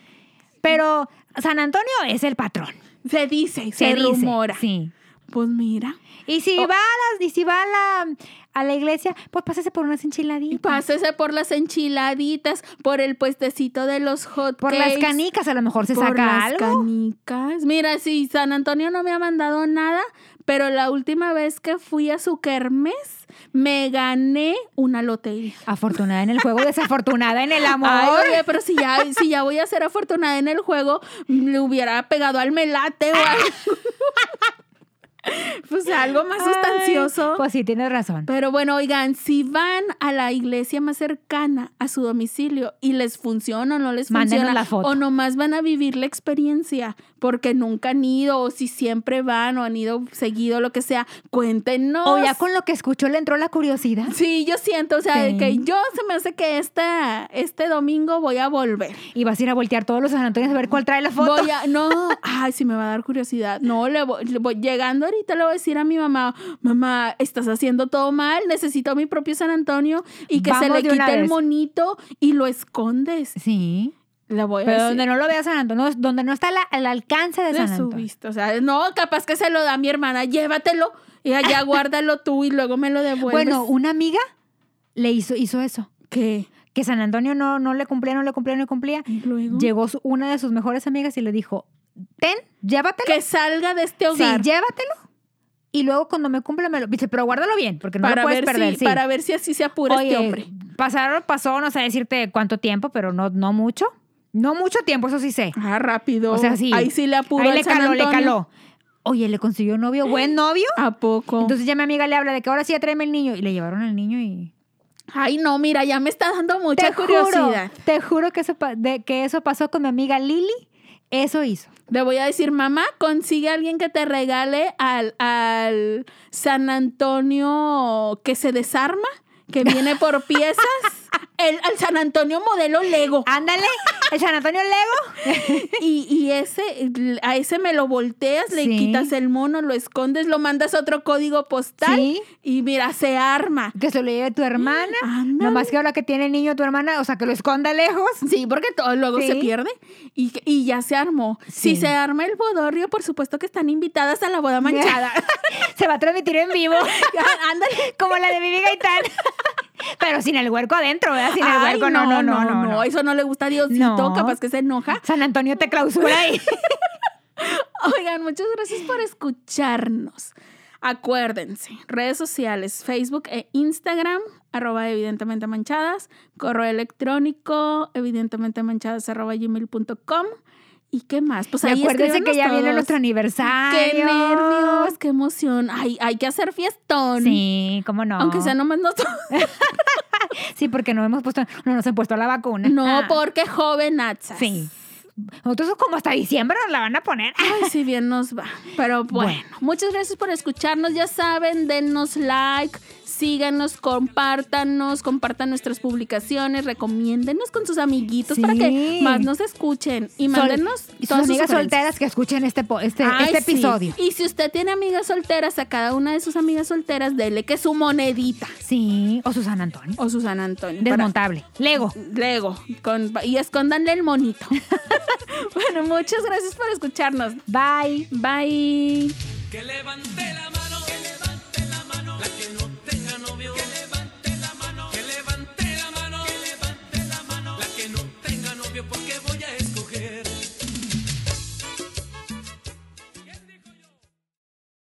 Speaker 1: Pero San Antonio es el patrón.
Speaker 2: Se dice, se,
Speaker 1: Se, dice,
Speaker 2: rumora.
Speaker 1: Sí.
Speaker 2: Pues mira.
Speaker 1: Y si
Speaker 2: O-
Speaker 1: va a las- y si va a la, a la iglesia, pues pásese por unas
Speaker 2: Y
Speaker 1: enchiladitas.
Speaker 2: Pásese por las enchiladitas, por el puestecito de los hot
Speaker 1: por las
Speaker 2: cakes,
Speaker 1: canicas, a lo mejor se
Speaker 2: por
Speaker 1: saca
Speaker 2: las
Speaker 1: algo.
Speaker 2: canicas. Mira, sí, San Antonio no me ha mandado nada, pero la última vez que fui a su kermés, me gané una lotería.
Speaker 1: Afortunada en el juego, desafortunada en el amor.
Speaker 2: Ay, oye, pero si ya, si ya voy a ser afortunada en el juego, le hubiera pegado al melate o algo. pues algo más
Speaker 1: Ay,
Speaker 2: sustancioso.
Speaker 1: Pues sí, tienes razón.
Speaker 2: Pero bueno, oigan, si van a la iglesia más cercana a su domicilio y les funciona o no les
Speaker 1: Mándenos
Speaker 2: funciona,
Speaker 1: la foto.
Speaker 2: o nomás van a vivir la experiencia porque nunca han ido, o si siempre van o han ido seguido, lo que sea, cuéntenos.
Speaker 1: O ya con lo que escuchó le entró la curiosidad.
Speaker 2: Sí, yo siento, o sea,
Speaker 1: Sí.
Speaker 2: que yo se me hace que esta, este domingo voy a volver.
Speaker 1: Y vas a ir a voltear todos los San Antonios a ver cuál trae la foto.
Speaker 2: Voy a, no, ay, sí me va a dar curiosidad. No, le voy, le voy- llegando ahorita le voy a decir a mi mamá, mamá, estás haciendo todo mal, necesito mi propio San Antonio y que se
Speaker 1: Vamos
Speaker 2: le
Speaker 1: de una
Speaker 2: quite el
Speaker 1: vez.
Speaker 2: monito y lo escondes.
Speaker 1: Sí.
Speaker 2: Le voy a
Speaker 1: Pero
Speaker 2: decir.
Speaker 1: donde no lo vea San Antonio, donde no está la- el alcance de
Speaker 2: de
Speaker 1: San
Speaker 2: su
Speaker 1: Antonio.
Speaker 2: vista. O sea, no, capaz que se lo da a mi hermana, llévatelo y allá guárdalo tú y luego me lo devuelves.
Speaker 1: Bueno, una amiga le hizo, hizo eso.
Speaker 2: ¿qué?
Speaker 1: Que San Antonio no, no le cumplía, no le cumplía, no le cumplía.
Speaker 2: ¿Y luego?
Speaker 1: Llegó su- una de sus mejores amigas y le dijo, ten, llévatelo.
Speaker 2: Que salga de este
Speaker 1: Sí,
Speaker 2: hogar.
Speaker 1: llévatelo. Y luego cuando me cumpla, me lo... Dice, pero guárdalo bien, porque no
Speaker 2: para
Speaker 1: lo puedes
Speaker 2: ver
Speaker 1: perder.
Speaker 2: si,
Speaker 1: sí.
Speaker 2: para ver si así se apura
Speaker 1: Oye,
Speaker 2: este hombre.
Speaker 1: Pasaron, pasó, no sé decirte cuánto tiempo, pero no, no mucho. No mucho tiempo, eso sí sé.
Speaker 2: Ah, rápido.
Speaker 1: O sea, sí.
Speaker 2: Ahí sí le apuró
Speaker 1: Ahí
Speaker 2: al
Speaker 1: le
Speaker 2: San
Speaker 1: caló, le
Speaker 2: Antonio.
Speaker 1: caló. Oye, le consiguió novio, buen novio.
Speaker 2: ¿A poco?
Speaker 1: Entonces ya mi amiga le habla de que ahora sí ya tráeme el niño. Y le llevaron al niño y.
Speaker 2: Ay, no, mira, ya me está dando mucha
Speaker 1: te
Speaker 2: curiosidad.
Speaker 1: Juro, te juro que eso, pa- de, que eso pasó con mi amiga Lili. Eso hizo.
Speaker 2: Le voy a decir, mamá, consigue a alguien que te regale al, al San Antonio que se desarma, que viene por piezas. El, al San Antonio modelo Lego.
Speaker 1: Ándale, el San Antonio Lego.
Speaker 2: Y, y ese, a ese me lo volteas, le
Speaker 1: Sí.
Speaker 2: quitas el mono, lo escondes, lo mandas a otro código postal
Speaker 1: Sí.
Speaker 2: y mira, se arma.
Speaker 1: Que se lo lleve tu hermana.
Speaker 2: Ándale.
Speaker 1: Nomás que ahora que tiene el niño tu hermana, o sea, que lo esconda lejos.
Speaker 2: Sí, porque todo luego se
Speaker 1: Sí.
Speaker 2: pierde y, y ya se armó. Si
Speaker 1: Sí.
Speaker 2: se arma el bodorrio, por supuesto que están invitadas a la boda manchada. Ah,
Speaker 1: Se va a transmitir en vivo.
Speaker 2: Ándale.
Speaker 1: Como la de Vivi Gaitán. Pero sin el huerco adentro, ¿verdad? Sin el
Speaker 2: Ay,
Speaker 1: huerco, no, no, no, no. no.
Speaker 2: Eso no le gusta a Diosito,
Speaker 1: No.
Speaker 2: capaz que se enoja.
Speaker 1: San Antonio te clausura ahí.
Speaker 2: Oigan, muchas gracias por escucharnos. Acuérdense, redes sociales, Facebook e Instagram, arroba evidentemente manchadas, correo electrónico, evidentemente manchadas, arroba gmail.com. ¿Y qué más? Pues
Speaker 1: Y
Speaker 2: ahí
Speaker 1: acuérdense que
Speaker 2: escríbanos
Speaker 1: ya viene
Speaker 2: todos.
Speaker 1: nuestro aniversario.
Speaker 2: ¡Qué nervios! ¡Qué emoción! Ay, hay que hacer fiestón.
Speaker 1: Sí, cómo no.
Speaker 2: Aunque sea nomás nosotros.
Speaker 1: Sí, porque no hemos puesto, no nos han puesto la vacuna.
Speaker 2: No, pues.
Speaker 1: Ah,
Speaker 2: porque joven Atsas.
Speaker 1: Sí. Nosotros como hasta diciembre nos la van a poner.
Speaker 2: Ay, si bien nos va. Pero bueno,
Speaker 1: Bueno.
Speaker 2: muchas gracias por escucharnos. Ya saben, denos like, síganos, compártanos, compartan nuestras publicaciones, recomiéndenos con sus amiguitos
Speaker 1: Sí.
Speaker 2: para que más nos escuchen y
Speaker 1: Sol-
Speaker 2: mándenos
Speaker 1: y sus
Speaker 2: todas sus
Speaker 1: amigas
Speaker 2: sugerencias.
Speaker 1: solteras que escuchen este, po- este,
Speaker 2: Ay,
Speaker 1: este
Speaker 2: sí.
Speaker 1: episodio.
Speaker 2: Y si usted tiene amigas solteras, a cada una de sus amigas solteras, dele que su monedita
Speaker 1: Sí. O su San Antonio.
Speaker 2: o su San Antonio. para-
Speaker 1: Desmontable. Lego.
Speaker 2: Lego. con- y escóndanle el monito. bueno, muchas gracias por escucharnos.
Speaker 1: Bye.
Speaker 2: Bye.
Speaker 3: que levante la mano.